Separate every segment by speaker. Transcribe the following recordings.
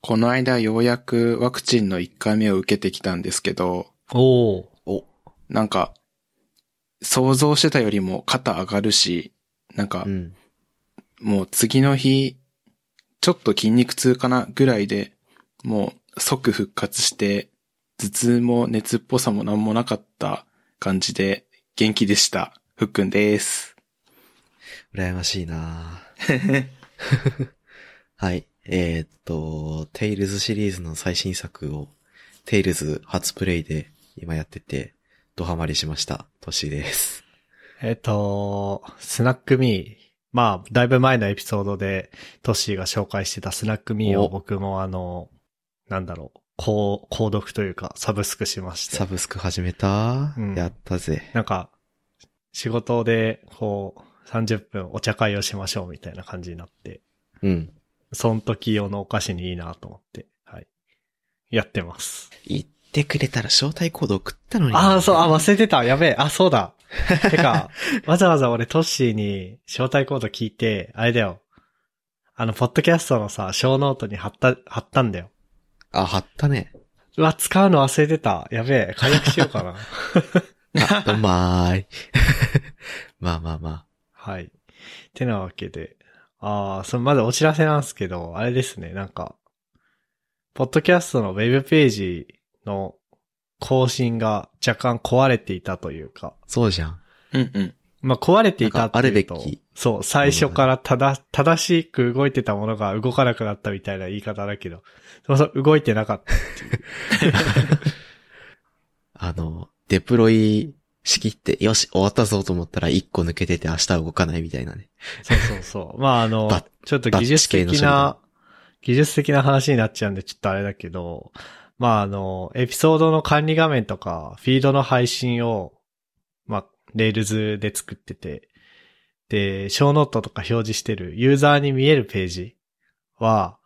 Speaker 1: この間ようやくワクチンの1回目を受けてきたんですけど、
Speaker 2: おお。
Speaker 1: なんか、想像してたよりも肩上がるし、なんか
Speaker 2: う、ん。
Speaker 1: もう次の日、ちょっと筋肉痛かなぐらいで、もう即復活して、頭痛も熱っぽさもなんもなかった感じで、元気でした。ふっくんです。
Speaker 2: 羨ましいなぁはい。えーっと、テイルズシリーズの最新作を、テイルズ初プレイで今やってて、ドハマりしました。トシです。
Speaker 3: えっと、スナックミー。まあ、だいぶ前のエピソードで、トッシーが紹介してたスナックミー
Speaker 2: お
Speaker 3: を僕もあの、なんだろう、こう、購読というか、サブスクしまし
Speaker 2: サ
Speaker 3: て。
Speaker 2: ブスク始めた、
Speaker 3: うん
Speaker 2: やったぜ。
Speaker 3: なんか、仕事で、こう、30分お茶会をしましょうみたいな感じになって、
Speaker 2: うん。
Speaker 3: その時用のお菓子にいいなと思って、はい。やってます。
Speaker 2: 言ってくれたら招待コード送ったのに。
Speaker 3: ああ、そう、あ、忘れてた。やべえ。あ、そうだ。てか、わざわざ俺トッシーに招待コード聞いて、あれだよ。あの、ポッドキャストのさ、小ノートに貼った、貼ったんだよ。
Speaker 2: あ、貼ったね。
Speaker 3: うわ、使うの忘れてた。やべえ。解約しようかな。
Speaker 2: あ、うまーい。 まあまあまあ。
Speaker 3: はい。てなわけで。ああ、そのまずお知らせなんですけど、あれですね、なんか、ポッドキャストのウェブページの更新が若干壊れていたというか、
Speaker 2: そうじゃん。
Speaker 1: うんうん。
Speaker 3: まあ、壊れていたっていうと
Speaker 2: なんかあるべき、
Speaker 3: そう、最初からただ、正しく動いてたものが動かなくなったみたいな言い方だけど、そもそも動いてなかった。
Speaker 2: あの、デプロイ式って、よし、終わったぞと思ったら1個抜けてて明日動かないみたいなね。
Speaker 3: そうそうそう。まあ、あの
Speaker 2: バ、
Speaker 3: ちょっと技術
Speaker 2: バッチ
Speaker 3: 的
Speaker 2: 系の処
Speaker 3: な、技術的な話になっちゃうんで、ちょっとあれだけど、まあ、あの、エピソードの管理画面とか、フィードの配信を、まあ、レールズで作ってて、で、小ノートとか表示してるユーザーに見えるページは、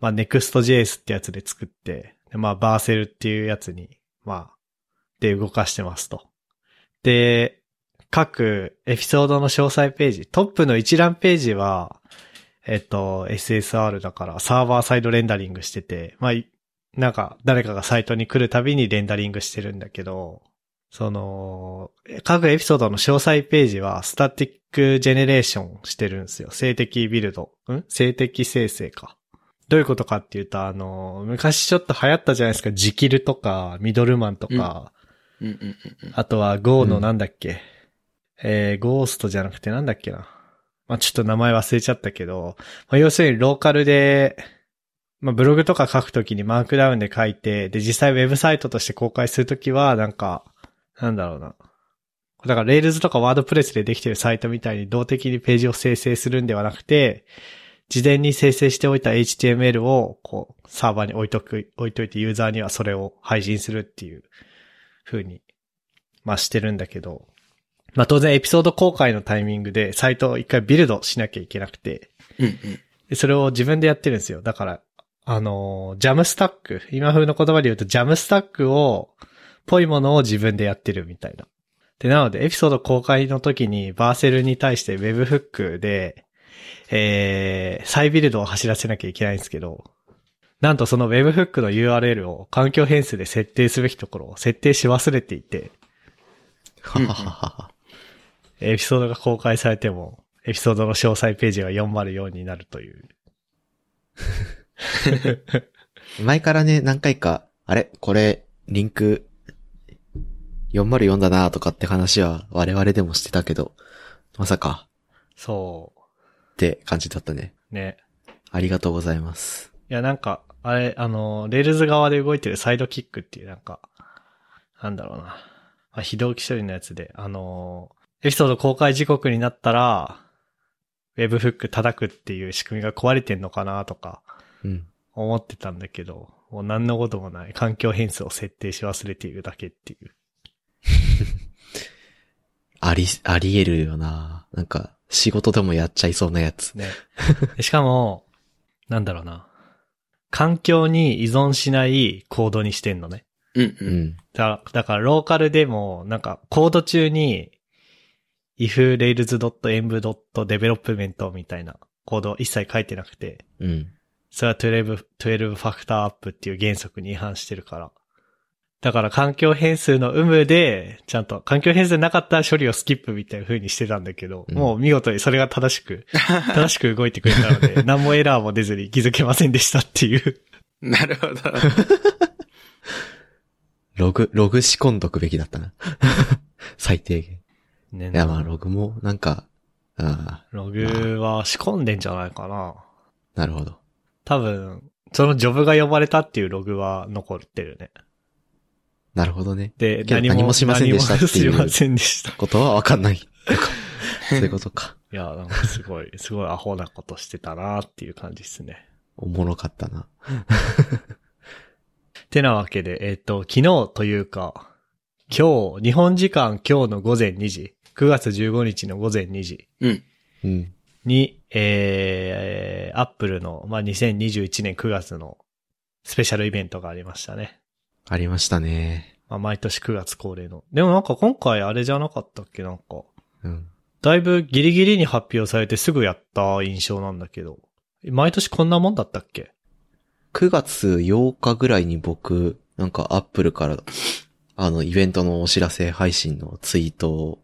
Speaker 3: まあ、Next.js ってやつで作って、でまあ、バーセルっていうやつに、まあ、で動かしてますと。で、各エピソードの詳細ページ、トップの一覧ページは、えっと、SSR だからサーバーサイドレンダリングしてて、まあ、いなんか誰かがサイトに来るたびにレンダリングしてるんだけど、その、各エピソードの詳細ページはスタティックジェネレーションしてるんですよ。性的ビルド。ん性的生成か。どういうことかっていうと、あの、昔ちょっと流行ったじゃないですか。ジキルとか、ミドルマンとか、
Speaker 1: うんうんうんうん。
Speaker 3: あとは Go
Speaker 2: う
Speaker 3: の
Speaker 2: ん
Speaker 3: なんだっけ、えー、ゴーストじゃなくてなんだっけな。まあ、ちょっと名前忘れちゃったけど、まあ、要するにローカルで、まあ、ブログとか書くときにマークダウンで書いて、で、実際ウェブサイトとして公開するときは、なんか、なんだろうな。だから、レールズとかワードプレスでできてるサイトみたいに動的にページを生成するんではなくて、事前に生成しておいた HTML を、こう、サーバーに置いとく、置いといてユーザーにはそれを配信するっていう風に、まあしてるんだけど、まあ当然エピソード公開のタイミングでサイトを一回ビルドしなきゃいけなくて、
Speaker 1: うんうん。
Speaker 3: でそれを自分でやってるんですよ。だから、あのージャムスタック、今風の言葉で言うとジャムスタックを、ぽいものを自分でやってるみたいな。で、なのでエピソード公開の時にバーセルに対して Webhook で、えー、再ビルドを走らせなきゃいけないんですけど、なんとその Webhook の URL を環境変数で設定すべきところを設定し忘れていて、
Speaker 2: はははは。
Speaker 3: エピソードが公開されても、エピソードの詳細ページが404になるという。
Speaker 2: 前からね、何回か、あれこれ、リンク、404だなとかって話は我々でもしてたけど、まさか、
Speaker 3: そ
Speaker 2: って感じだったね。
Speaker 3: う。ね。
Speaker 2: ありがとうございます。
Speaker 3: いや、なんか、あれ、あの、レールズ側で動いてるサイドキックっていう、なんか、なんだろうな。まあ、非同期処理のやつで、あの、エピソード公開時刻になったら、ウェブフック叩くっていう仕組みが壊れてんのかなとか、
Speaker 2: うん。
Speaker 3: 思ってたんだけど、もう何のこともない。環境変数を設定し忘れているだけっていう。
Speaker 2: あり、あり得るよななんか、仕事でもやっちゃいそうなやつ。
Speaker 3: ね。でしかも、なんだろうな。環境に依存しないコードにしてんのね。
Speaker 1: うん
Speaker 2: う
Speaker 1: うん。
Speaker 2: ん。
Speaker 3: だだから、ローカルでも、なんか、コード中に、if rails.env.development みたいなコードを一切書いてなくて、
Speaker 2: うん。
Speaker 3: それは12、12ファクターアップっていう原則に違反してるから。だから環境変数の有無で、ちゃんと環境変数なかったら処理をスキップみたいな風にしてたんだけど、
Speaker 2: うん
Speaker 3: もう見事にそれが正しく、 正しく動いてくれたので、何もエラーも出ずに気づけませんでしたっていう。
Speaker 1: なるほど。
Speaker 2: ログ、ログ仕込んどくべきだったな。 最低限。
Speaker 3: ね
Speaker 2: いや、まあ、ログも、なんか、あ
Speaker 3: ログは仕込んでんじゃないかな。
Speaker 2: あ、なるほど。
Speaker 3: 多分、そのジョブが呼ばれたっていうログは残ってるね。
Speaker 2: なるほどね。
Speaker 3: で、
Speaker 2: けど
Speaker 3: 何も
Speaker 2: 何もしませんでしたってい
Speaker 3: 何
Speaker 2: う
Speaker 3: もしませんでした。
Speaker 2: ことはわかんない。 とかそういうことか。
Speaker 3: いや、なんかすごい、 すごいアホなことしてたなっていう感じですね。
Speaker 2: おもろかったな。
Speaker 3: てなわけで、えっ、と、昨日というか、今日、日本時間今日の午前2時、9月15日の午前2時
Speaker 1: うん。
Speaker 2: うん。
Speaker 3: に、えー、アップルの、まあ、2021年9月のスペシャルイベントがありましたね。
Speaker 2: ありましたね。
Speaker 3: まあ、毎年9月恒例の。でもなんか今回あれじゃなかったっけなんか。
Speaker 2: うん。
Speaker 3: だいぶギリギリに発表されてすぐやった印象なんだけど。毎年こんなもんだったっけ
Speaker 2: 9月8日ぐらいに僕、なんかアップルから、あの、イベントのお知らせ配信のツイートを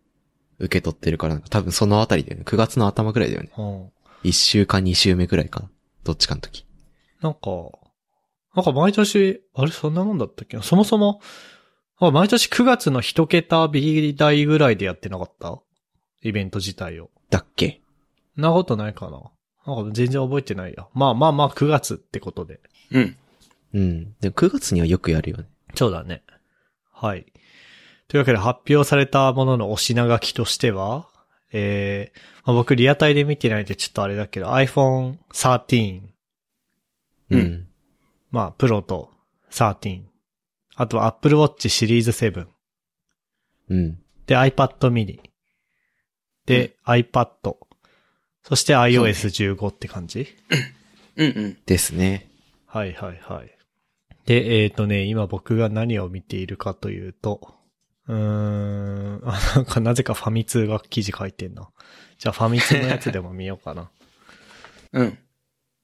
Speaker 2: 受け取ってるから、なんか多分そのあたりだよね。9月の頭ぐらいだよね。
Speaker 3: うん。
Speaker 2: 1週間2週目ぐらいかな。どっちかの時。
Speaker 3: なんか、なんか毎年、あれそんなもんだったっけなそもそも、あ毎年9月の一桁ビリビリ台ぐらいでやってなかったイベント自体を。
Speaker 2: だっけ
Speaker 3: なことないかななんか全然覚えてないや。まあまあまあ9月ってことで。
Speaker 1: うん。
Speaker 2: うん。でも9月にはよくやるよね。
Speaker 3: そうだね。はい。というわけで発表されたもののお品書きとしては、えーまあ、僕リアタイで見てないんでちょっとあれだけど iPhone 13、
Speaker 1: うん
Speaker 2: うん。
Speaker 3: まあ、プロと13、あとは Apple Watch シリーズ7、
Speaker 2: うん。
Speaker 3: で iPad mini、で、iPad、そして iOS15 って感じ、
Speaker 1: うんうん。
Speaker 2: ですね。
Speaker 3: はいはいはい。で、えっ、とね、今僕が何を見ているかというと、うーん、あ、なんかなぜかファミ通が記事書いてんな。じゃあファミ通のやつでも見ようかな。
Speaker 1: うん。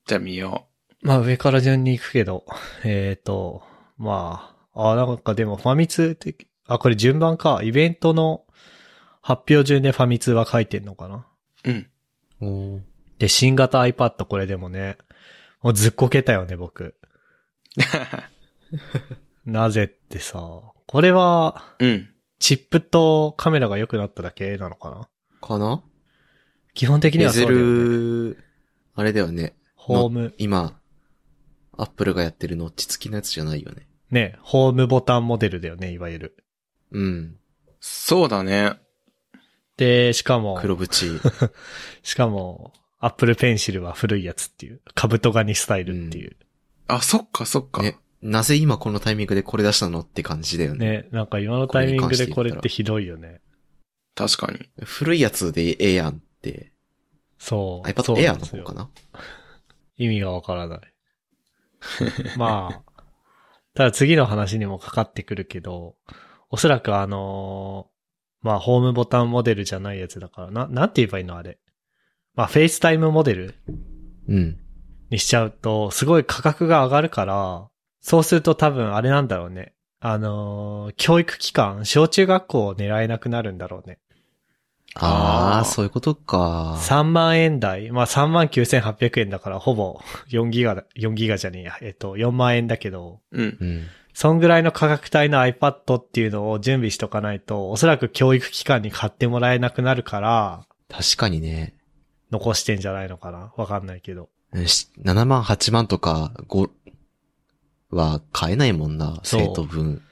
Speaker 1: じゃあ見よ
Speaker 3: まあ上から順に行くけど、えっ、と、まあ、あ、なんかでもファミ通って、あ、これ順番か。イベントの発表順でファミ通は書いてんのかな。
Speaker 1: う。うん。
Speaker 2: おー
Speaker 3: で、新型 iPad これでもね、もうずっこけたよね、僕。なぜってさ、これは、
Speaker 1: うん。
Speaker 3: チップとカメラが良くなっただけなのかな
Speaker 2: かな
Speaker 3: 基本的に
Speaker 2: レ
Speaker 3: はそ
Speaker 2: ゼ
Speaker 3: うだよね。
Speaker 2: ル、あれだよね。
Speaker 3: ホーム、
Speaker 2: 今、アップルがやってるのっちつきのやつじゃないよね。
Speaker 3: ね、ホームボタンモデルだよね、いわゆる。
Speaker 2: うん。
Speaker 1: そうだね。
Speaker 3: で、しかも、
Speaker 2: 黒縁。
Speaker 3: しかも、アップルペンシルは古いやつっていう、カブトガニスタイルっていう。
Speaker 1: あ、そっかそっか。
Speaker 2: ね。なぜ今このタイミングでこれ出したのって感じだよね。
Speaker 3: ね、なんか今のタイミングでこれってひどいよね。
Speaker 1: 確かに。
Speaker 2: 古いやつでええやんって。
Speaker 3: そう。
Speaker 2: iPad
Speaker 3: そうな
Speaker 2: Air
Speaker 3: ん
Speaker 2: の
Speaker 3: です
Speaker 2: 方
Speaker 3: よ
Speaker 2: かな
Speaker 3: 意味がわからない。まあ、ただ次の話にもかかってくるけど、おそらくあのーまあ、ホームボタンモデルじゃないやつだから、な、なんて言えばいいのあれ。まあ、フェイスタイムモデル
Speaker 2: うん。
Speaker 3: にしちゃうと、すごい価格が上がるから、そうすると多分あれなんだろうね。あのー教育機関、小中学校を狙えなくなるんだろうね。
Speaker 2: あ
Speaker 1: あ
Speaker 2: あ、
Speaker 1: ー
Speaker 2: そういうことか。
Speaker 3: 3万円台。まあ、3万9800円だから、ほぼ4ギガだ、4ギガじゃねえや。えっと、4万円だけど、
Speaker 1: うん。
Speaker 2: うん。
Speaker 3: そんぐらいの価格帯の iPad っていうのを準備しとかないと、おそらく教育機関に買ってもらえなくなるから、
Speaker 2: 確かにね。
Speaker 3: 残してんじゃないのかなわかんないけど。
Speaker 2: うんし7万、8万とか5は買えないもんな、
Speaker 3: そう
Speaker 2: 生徒分。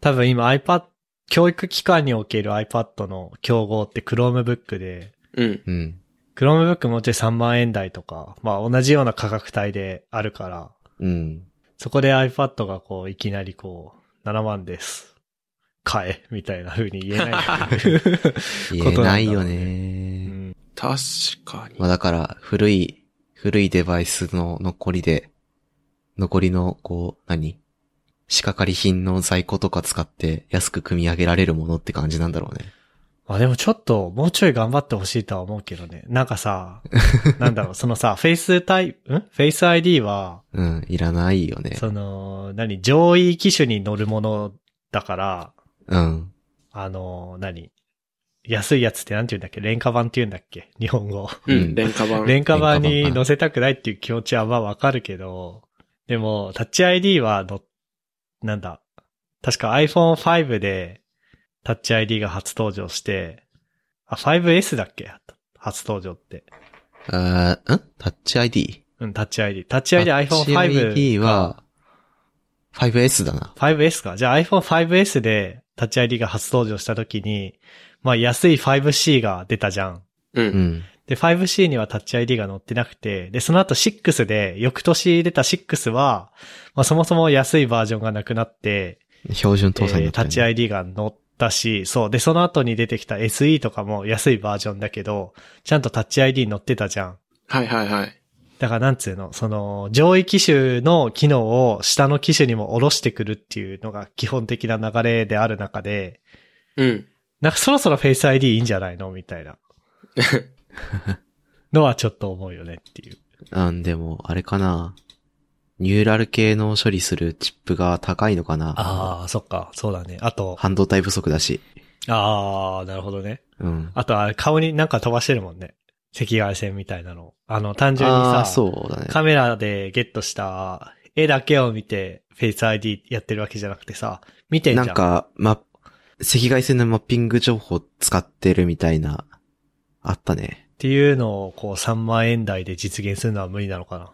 Speaker 3: 多分今 iPad、教育機関における iPad の競合って Chromebook で、
Speaker 1: うん。
Speaker 2: うん。
Speaker 3: Chromebook もうちょい3万円台とか、まあ同じような価格帯であるから、
Speaker 2: うん。
Speaker 3: そこで iPad がこういきなりこう、7万です。買え、みたいな風に言えないっていう
Speaker 2: 言えないよ
Speaker 3: う
Speaker 2: ね。
Speaker 3: ん。
Speaker 1: 確かに
Speaker 2: まあ。だから、古い、古いデバイスの残りで、残りの、こう、何仕掛かり品の在庫とか使って安く組み上げられるものって感じなんだろうね。
Speaker 3: まあでもちょっと、もうちょい頑張ってほしいとは思うけどね。なんかさ、なんだろう、そのさ、フェイスタイプ、んフェイス ID は、
Speaker 2: うん、いらないよね。
Speaker 3: その、何、上位機種に乗るものだから、
Speaker 2: うん。
Speaker 3: あの、何安いやつってなんて言うんだっけ廉価版って言うんだっけ日本語。
Speaker 1: う
Speaker 2: うん
Speaker 1: ん、廉価版。
Speaker 3: 廉価版
Speaker 2: 廉価版
Speaker 3: に
Speaker 2: か
Speaker 3: 載せたくないっていう気持ちはまあわかるけど、でも、タッチ ID はの、なんだ、確か iPhone5 でタッチ ID が初登場して、あ、5S だっけ初登場って。
Speaker 2: あーんタッチ ID?
Speaker 3: うん、タッチ ID。タッチ ID
Speaker 2: タッチ
Speaker 3: iPhone5
Speaker 2: ID は
Speaker 3: が、、
Speaker 2: 5S だな。
Speaker 3: 5S か。じゃあ iPhone5S でタッチ ID が初登場した時に、まあ安い 5C が出たじゃん。
Speaker 1: う。
Speaker 2: うんん。
Speaker 3: で、5C にはタッチ ID が載ってなくて、で、その後6で、翌年出た6は、まあそもそも安いバージョンがなくなって、
Speaker 2: 標準搭載
Speaker 3: え
Speaker 2: にな
Speaker 3: ー
Speaker 2: った
Speaker 3: タ
Speaker 2: よ
Speaker 3: ッ
Speaker 2: ね
Speaker 3: チ ID が載ったし、そう。で、その後に出てきた SE とかも安いバージョンだけど、ちゃんとタッチ ID 載ってたじゃん。
Speaker 1: はいはいはい。
Speaker 3: だからなんつうの、その、上位機種の機能を下の機種にも下ろしてくるっていうのが基本的な流れである中で、
Speaker 1: うん。
Speaker 3: なんかそろそろ Face ID いいんじゃないのみたい なのはちょっと思うよねっていう。
Speaker 2: うん、でも、あれかな。ニューラル系の処理するチップが高いのかな。
Speaker 3: ああ、そっか、そうだね。あと、
Speaker 2: 半導体不足だし。
Speaker 3: ああ、なるほどね。
Speaker 2: うん。
Speaker 3: あと、あれ顔になんか飛ばしてるもんね。赤外線みたいなの。あの、単純に
Speaker 2: ああー、
Speaker 3: さ、
Speaker 2: そうだね。
Speaker 3: カメラでゲットした絵だけを見て、フェイス ID やってるわけじゃなくてさ、見てんじゃ。
Speaker 2: なんんか、ま、赤外線のマッピング情報使ってるみたいな、あったね
Speaker 3: っ。ていうのをこう3万円台で実現するのは無理なのかな。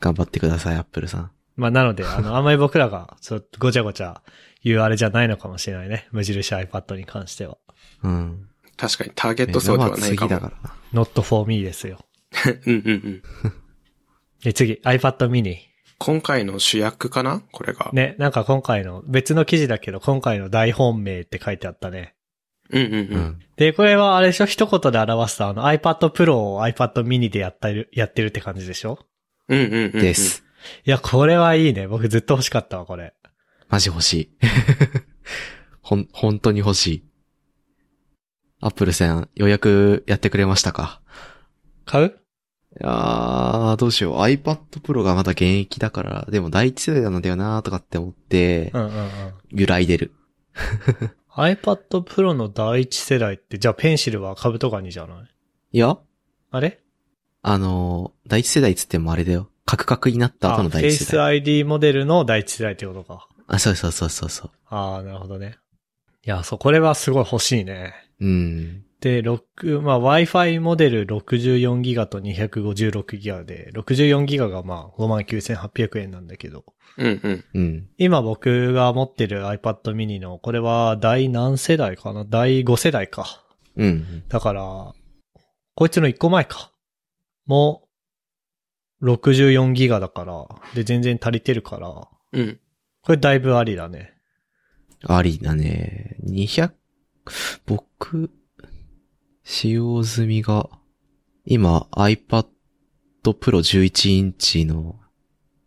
Speaker 2: 頑張ってください、アップルさん。
Speaker 3: まあな ので、あの、あんまり僕らが、ちょっとごちゃごちゃ言うあれじゃないのかもしれないね。無印 iPad に関しては。
Speaker 2: うん。
Speaker 1: 確かにターゲット層ではないか
Speaker 2: 目の
Speaker 1: も
Speaker 2: は。次だから
Speaker 3: not for me ですよ。
Speaker 1: うんうんうん。
Speaker 3: で、次、iPad mini。
Speaker 1: 今回の主役かなこれが。
Speaker 3: ね、なんか今回の、別の記事だけど、今回の大本命って書いてあったね。
Speaker 1: うんうんう。
Speaker 2: な。うんん。
Speaker 3: で、これはあれでしょ一言で表すと、あの iPad Pro を iPad mini でやってる、やってるって感じでしょ
Speaker 1: うんうんうんうん。
Speaker 2: で。す。
Speaker 3: いや、これはいいね。僕ずっと欲しかったわ、これ。
Speaker 2: マジ欲しい。 ほん、本当に欲しい。アップルさん、予約やってくれましたか
Speaker 3: 買う
Speaker 2: いやー、どうしよう。iPad Pro がまだ現役だから、でも第一世代なんだよなーとかって思って
Speaker 3: う、んうんうん。
Speaker 2: 揺らいでる。
Speaker 3: iPad Pro の第一世代って、じゃあペンシルは株とかにじゃない
Speaker 2: いや、
Speaker 3: あれ
Speaker 2: あのー、第一世代っつってもあれだよ。カクカクになった後の第一世代。
Speaker 3: あ Face ID モデルの第一世代ってことか。
Speaker 2: あ、そうそうそうそうそう。
Speaker 3: ああ、なるほどね。いや、そう、これはすごい欲しいね。
Speaker 2: うん。
Speaker 3: で、6、まあ、Wi-Fi モデル 64GB と 256GB で、64GB がまあ、59,800円なんだけど、
Speaker 1: うんうん。
Speaker 2: うん。
Speaker 3: 今僕が持ってる iPad mini の、これは第何世代かな第5世代か。
Speaker 2: うん。
Speaker 3: だから、こいつの1個前か。もう、64GB だから、で、全然足りてるから、
Speaker 1: うん。
Speaker 3: これだいぶありだ ね。
Speaker 2: ありだね。200、僕、使用済みが、今 iPad Pro 11インチの、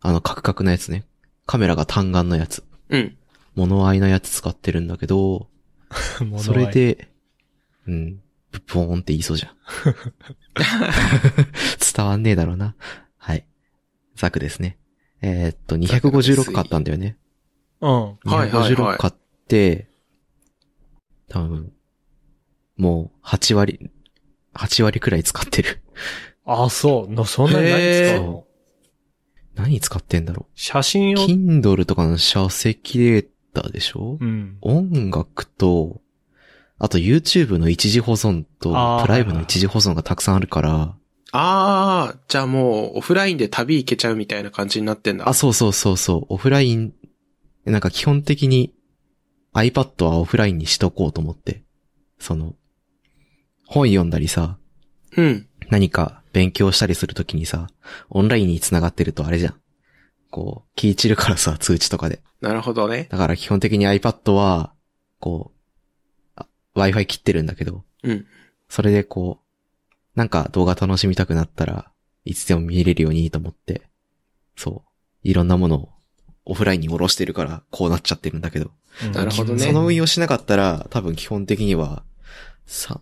Speaker 2: あのカクカクのやつね。カメラが単眼のやつ。
Speaker 1: うん。
Speaker 2: 物合いのやつ使ってるんだけど、それで、うん、ぶっぽーんって言いそ うじゃん。伝わんねえだろうな。はい。ザクですね。えーっと、
Speaker 1: ザクの薄い
Speaker 2: 256買ったんだよね。
Speaker 3: うん。
Speaker 1: はいはいはい
Speaker 2: 256買って、多分、もう8割、8割くらい使ってる。
Speaker 3: あ、そう。のそんなに何使うの
Speaker 2: 何使ってんだろ
Speaker 3: 写真
Speaker 2: う。
Speaker 3: を、
Speaker 2: Kindle とかの書籍データでしょ
Speaker 3: うん。
Speaker 2: 音楽と、あと YouTube の一時保存と
Speaker 3: あ、ー
Speaker 2: プライムの一時保存がたくさんあるから、
Speaker 1: あー、じゃあもうオフラインで旅行けちゃうみたいな感じになってんだ。
Speaker 2: あ、そうそうそうそう、オフライン、なんか基本的に iPad はオフラインにしとこうと思って、その、本読んだりさ、
Speaker 1: うん。
Speaker 2: 何か勉強したりするときにさ、オンラインに繋がってるとあれじゃん。こう、気い散るからさ、通知とかで。
Speaker 1: なるほどね。
Speaker 2: だから基本的に iPad は、こう、あ Wi-Fi 切ってるんだけど、
Speaker 1: うん。
Speaker 2: それでこう、なんか動画楽しみたくなったらいつでも見れるようにと思って、そう、いろんなものをオフラインに下ろしてるからこうなっちゃってるんだけど、
Speaker 3: うん
Speaker 1: なるほどね
Speaker 2: その運用しなかったら多分基本的にはさ、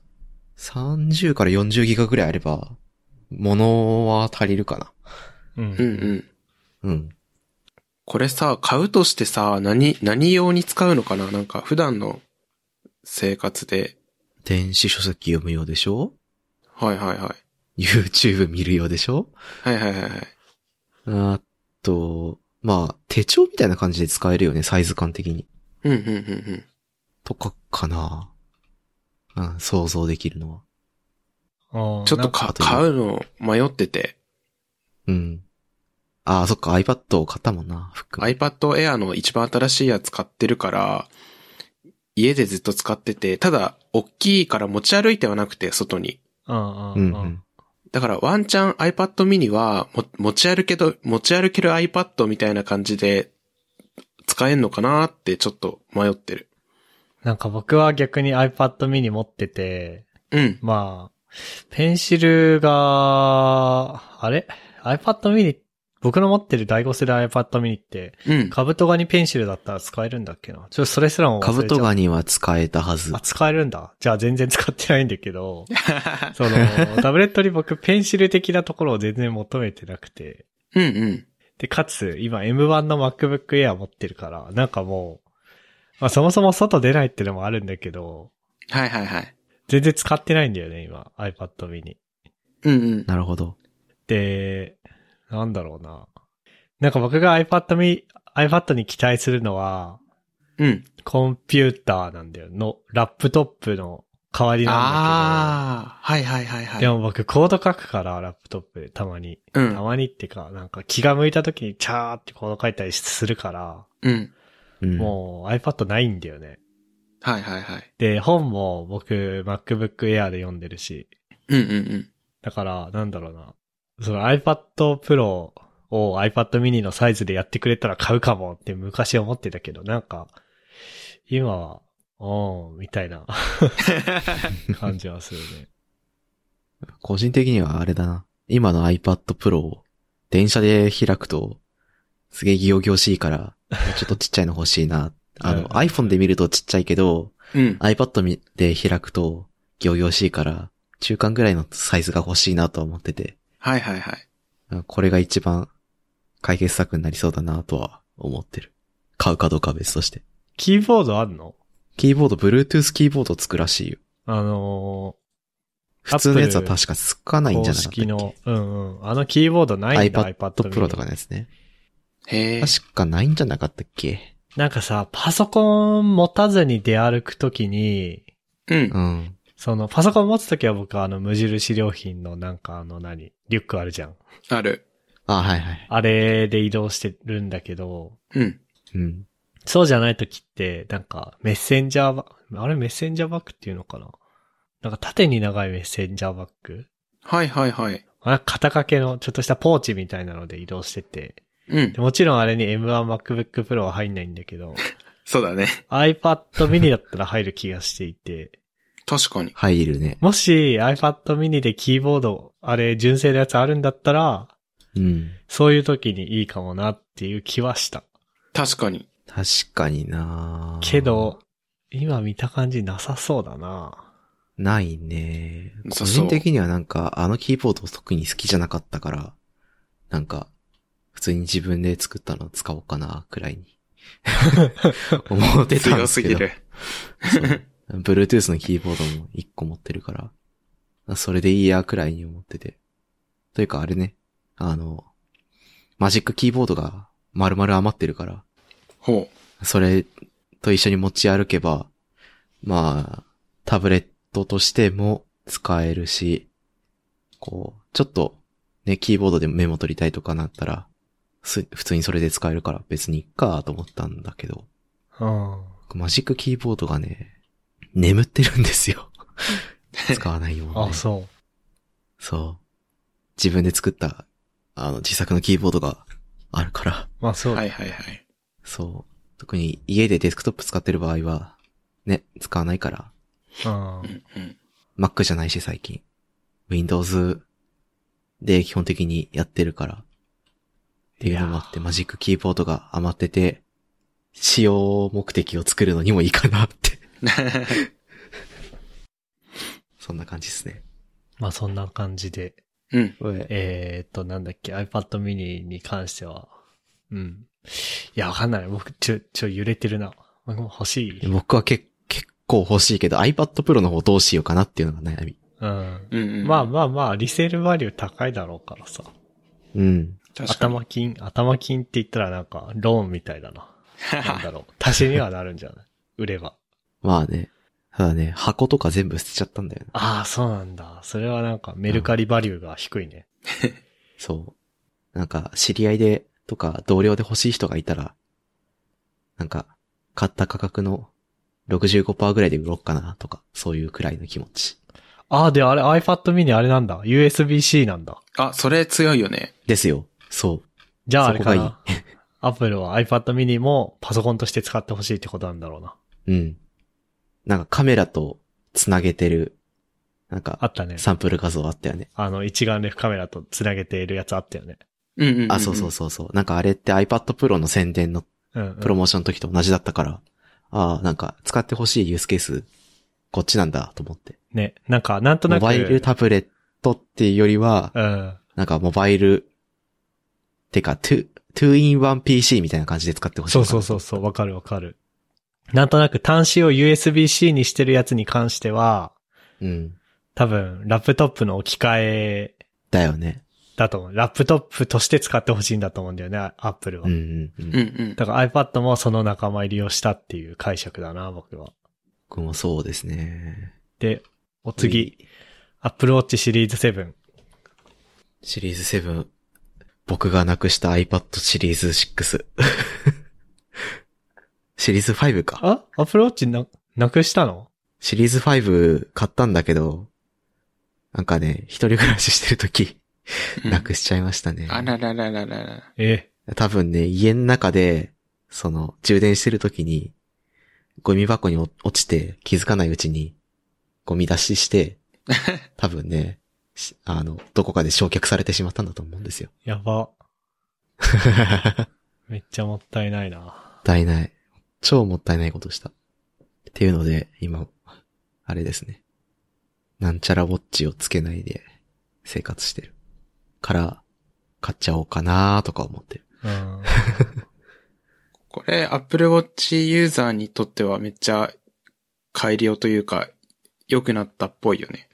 Speaker 2: 30から40ギガぐらいあれば、物は足りるかな。
Speaker 3: う
Speaker 1: うん
Speaker 3: ん。
Speaker 1: うん。
Speaker 2: うん。
Speaker 1: これさ、買うとしてさ、何、何用に使うのかななんか普段の生活で。
Speaker 2: 電子書籍読むようでしょ
Speaker 1: はいはいはい。
Speaker 2: ?YouTube 見るようでしょ
Speaker 1: はいはいはいはい。
Speaker 2: あと、まあ、手帳みたいな感じで使えるよね、サイズ感的に。
Speaker 1: うんうんうんうん。
Speaker 2: とかかな。うん、想像できるのは。
Speaker 3: ああ
Speaker 1: ちょっ
Speaker 3: な
Speaker 1: と
Speaker 3: んか
Speaker 1: か
Speaker 2: なんか
Speaker 1: 買うの迷ってて、
Speaker 2: うん。ああ、そっか、iPad を買ったもんな、ふっくん。
Speaker 1: iPad Air の一番新しいやつ買ってるから、家でずっと使ってて、ただ、大きいから持ち歩いてはなくて、外に。
Speaker 3: うんう
Speaker 2: うんん、
Speaker 3: う。
Speaker 2: うんん。
Speaker 1: だからワンチャン iPad mini はも持ち歩けど、持ち歩ける iPad みたいな感じで使えんのかなってちょっと迷ってる。
Speaker 3: なんか僕は逆に iPad mini 持ってて、
Speaker 1: うん。
Speaker 3: まあ、ペンシルが、あれ ?iPad mini、僕の持ってる第5世代 iPad mini って、
Speaker 1: うん。
Speaker 3: カブトガニペンシルだったら使えるんだっけなちょっとそれすらも忘れちゃ
Speaker 2: カ
Speaker 3: っ
Speaker 2: ブトガニは使えたはず
Speaker 3: あ、。使えるんだ。じゃあ全然使ってないんだけど、その、タブレットに僕ペンシル的なところを全然求めてなくて。
Speaker 1: うんうん。
Speaker 3: で、かつ、今 M1 の MacBook Air 持ってるから、なんかもう、まあそもそも外出ないってのもあるんだけど、
Speaker 1: はいはいはい。
Speaker 3: 全然使ってないんだよね、今。iPad mini。
Speaker 1: うんうん。
Speaker 2: なるほど。
Speaker 3: で、なんだろうな。なんか僕が iPad mini、iPad に期待するのは、
Speaker 1: うん。
Speaker 3: コンピューターなんだよ。の、ラップトップの代わりなんだけど。
Speaker 1: ああ、はいはいはいはい。
Speaker 3: でも僕コード書くから、ラップトップでたまに。
Speaker 1: う
Speaker 3: た
Speaker 1: ん。
Speaker 3: まにってか、なんか気が向いた時にチャーってコード書いたりするから、
Speaker 1: うん。
Speaker 2: うん。
Speaker 3: もう iPad ないんだよね。
Speaker 1: はいはいはい。
Speaker 3: で、本も僕 MacBook Air で読んでるし、
Speaker 1: うんうん
Speaker 3: だから、なんだろうな。その iPad Pro を iPad mini のサイズでやってくれたら買うかもって昔思ってたけど、なんか、今は、おーん、みたい な感じはするね。
Speaker 2: 個人的にはあれだな。今の iPad Pro を電車で開くと、すげえ行々しいから、ちょっとちっちゃいの欲しいな。あ
Speaker 3: うん
Speaker 2: の、iPhone で見るとちっちゃいけど、
Speaker 1: うん。うん。
Speaker 2: iPad みで開くと、行々しいから、中間ぐらいのサイズが欲しいなとは思ってて、
Speaker 1: はいはいはい。
Speaker 2: これが一番解決策になりそうだなとは思ってる。買うかどうかは別として。
Speaker 3: キーボードあんの
Speaker 2: キーボード、Bluetooth キーボードつくらしいよ。
Speaker 3: あの
Speaker 2: 普通のやつは確かつかな
Speaker 3: ー、
Speaker 2: いん
Speaker 3: 公
Speaker 2: じゃなかったっけ
Speaker 3: 式の、うんうん。あのキーボードないんだ、
Speaker 2: iPad
Speaker 3: iPad
Speaker 2: Pro
Speaker 3: mini
Speaker 2: とかのやつね。
Speaker 1: へえ。
Speaker 2: 確かないんじゃなかったっけ
Speaker 3: なんかさ、パソコン持たずに出歩くときに、
Speaker 1: うん
Speaker 2: う。ん。
Speaker 3: その、パソコン持つときは僕はあの、無印良品のなんかあの何、リュックあるじゃん。
Speaker 1: ある。
Speaker 2: あ、はいはい。
Speaker 3: あれで移動してるんだけど、
Speaker 1: うん。
Speaker 2: うん。
Speaker 3: そうじゃないときって、なんか、メッセンジャーバッグ、あれメッセンジャーバッグっていうのかななんか縦に長いメッセンジャーバッグ
Speaker 1: はいはいはい。
Speaker 3: あ肩掛けのちょっとしたポーチみたいなので移動してて、
Speaker 1: うん
Speaker 3: で。もちろんあれに M1 MacBook Pro は入んないんだけど、
Speaker 1: そうだね。
Speaker 3: iPad mini だったら入る気がしていて、
Speaker 1: 確かに。
Speaker 2: 入るね。
Speaker 3: もし iPad mini でキーボード、あれ、純正のやつあるんだったら、
Speaker 2: うん。
Speaker 3: そういう時にいいかもなっていう気はした。
Speaker 1: 確かに。
Speaker 2: 確かにな
Speaker 3: け、ど、今見た感じなさそうだな。
Speaker 2: ないね
Speaker 1: な
Speaker 2: 個
Speaker 1: さそう
Speaker 2: 人的にはなんか、あのキーボード特に好きじゃなかったから、なんか、普通に自分で作ったの使おうかな、くら いに。思ってたん
Speaker 1: 強
Speaker 2: ですす
Speaker 1: ぎ
Speaker 2: けど。
Speaker 1: る。
Speaker 2: そう Bluetooth のキーボードも1個持ってるから、それでいいや、くらいに思ってて。というかあれね、あの、マジックキーボードが丸々余ってるから、
Speaker 1: ほ。
Speaker 2: それと一緒に持ち歩けば、まあ、タブレットとしても使えるし、こう、ちょっと、ね、キーボードでメモ取りたいとかなったら、す普通にそれで使えるから別にいっかと思ったんだけど、
Speaker 3: うん。
Speaker 2: マジックキーボードがね、眠ってるんですよ。使わないよ、ね。
Speaker 3: あ、そう。
Speaker 2: そう。自分で作った、あの、自作のキーボードがあるから。
Speaker 3: まあそうう。
Speaker 1: はいはいはい。
Speaker 2: そう。特に家でデスクトップ使ってる場合は、ね、使わないから。
Speaker 3: うん
Speaker 1: う。んうん。
Speaker 2: Mac じゃないし最近。Windows で基本的にやってるから。っていうのもあって、マジックキーボードが余ってて、使用目的を作るのにもいいかなって。 そんな感じですね。
Speaker 3: まあそんな感じで、
Speaker 1: うん。
Speaker 2: え
Speaker 3: えー、っと、なんだっけ、iPad mini に関しては、うん。いや、わかんない。僕、ちょ、ちょ、揺れてるな。僕も欲しい。
Speaker 2: 僕はけ結構欲しいけど、iPad Pro の方どうしようかなっていうのが悩み。
Speaker 3: うん。
Speaker 1: うん、うん。
Speaker 3: まあまあまあ、リセールバリュー高いだろうからさ。
Speaker 2: うん。
Speaker 1: 確かに。
Speaker 3: 頭金、頭金って言ったらなんか、ローンみたいだな。なんだろう。足しにはなるんじゃない売れば。
Speaker 2: まあね。ただね、箱とか全部捨てちゃったんだよな。
Speaker 3: ああ、そうなんだ。それはなんか、メルカリバリューが低いね。
Speaker 2: そう。なんか、知り合いで、とか、同僚で欲しい人がいたら、なんか、買った価格の65%ぐらいで売ろうかな、とか、そういうくらいの気持ち。
Speaker 3: ああ、で、あれ、iPad mini あれなんだ。USB-C なんだ。
Speaker 1: あ、それ強いよね。
Speaker 2: ですよ。そう。
Speaker 3: じゃああれか
Speaker 2: そこ
Speaker 3: な。Apple は iPad mini もパソコンとして使ってほしいってことなんだろうな。
Speaker 2: うん。なんかカメラとつなげてる、なん
Speaker 3: あ
Speaker 2: か
Speaker 3: ったね。
Speaker 2: サンプル画像あったよね。
Speaker 3: あの、一眼レフカメラと繋げているやつあったよね。
Speaker 1: うんうん、うん。
Speaker 2: あ、そうそうそうそう。なんかあれって iPad Pro の宣伝の
Speaker 3: うん、うん。
Speaker 2: プロモーションの時と同じだったから、ああ、なんか使ってほしいユースケース、こっちなんだと思って。
Speaker 3: ね。なんか、なんとな
Speaker 2: モ
Speaker 3: く。
Speaker 2: バイルタブレットっていうよりは、
Speaker 3: うん。
Speaker 2: なんかモバイル、てか、2、2 in 1 PC みたいな感じで使ってほしいか
Speaker 3: そ
Speaker 2: な
Speaker 3: う
Speaker 2: と
Speaker 3: そうそうそう、わかるわかる。なんとなく端子を USB-C にしてるやつに関しては、
Speaker 2: うん。
Speaker 3: 多分、ラップトップの置き換え
Speaker 2: だよね。
Speaker 3: だと思う。ラップトップとして使ってほしいんだと思うんだよね、Apple は。
Speaker 2: うんうんうん。
Speaker 1: うんうん。
Speaker 3: だから iPad もその仲間入りをしたっていう解釈だな、僕は。
Speaker 2: 僕もそうですね。
Speaker 3: で、お次、Apple Watch シリーズ7。
Speaker 2: シリーズ7。僕がなくした iPad シリーズ6。シリーズ5か。
Speaker 3: あ ?Apple Watch な、なくしたの
Speaker 2: シリーズ5買ったんだけど、なんかね、一人暮らししてる時、
Speaker 1: うん
Speaker 2: なくしちゃいましたね。
Speaker 1: あらららららら。
Speaker 3: え、
Speaker 2: 多分ね、家の中で、その、充電してる時に、ゴミ箱に落落ちて気づかないうちに、ゴミ出しして、多分ね、しあの、どこかで焼却されてしまったんだと思うんですよ。
Speaker 3: やば。めっちゃもったいないな。
Speaker 2: もったいない。超もったいないことした。っていうので、今、あれですね。なんちゃらウォッチをつけないで生活してる。から、買っちゃおうかなーとか思ってる。
Speaker 3: うん。
Speaker 1: これ、Apple Watch ユーザーにとってはめっちゃ改良というか、良くなったっぽいよね。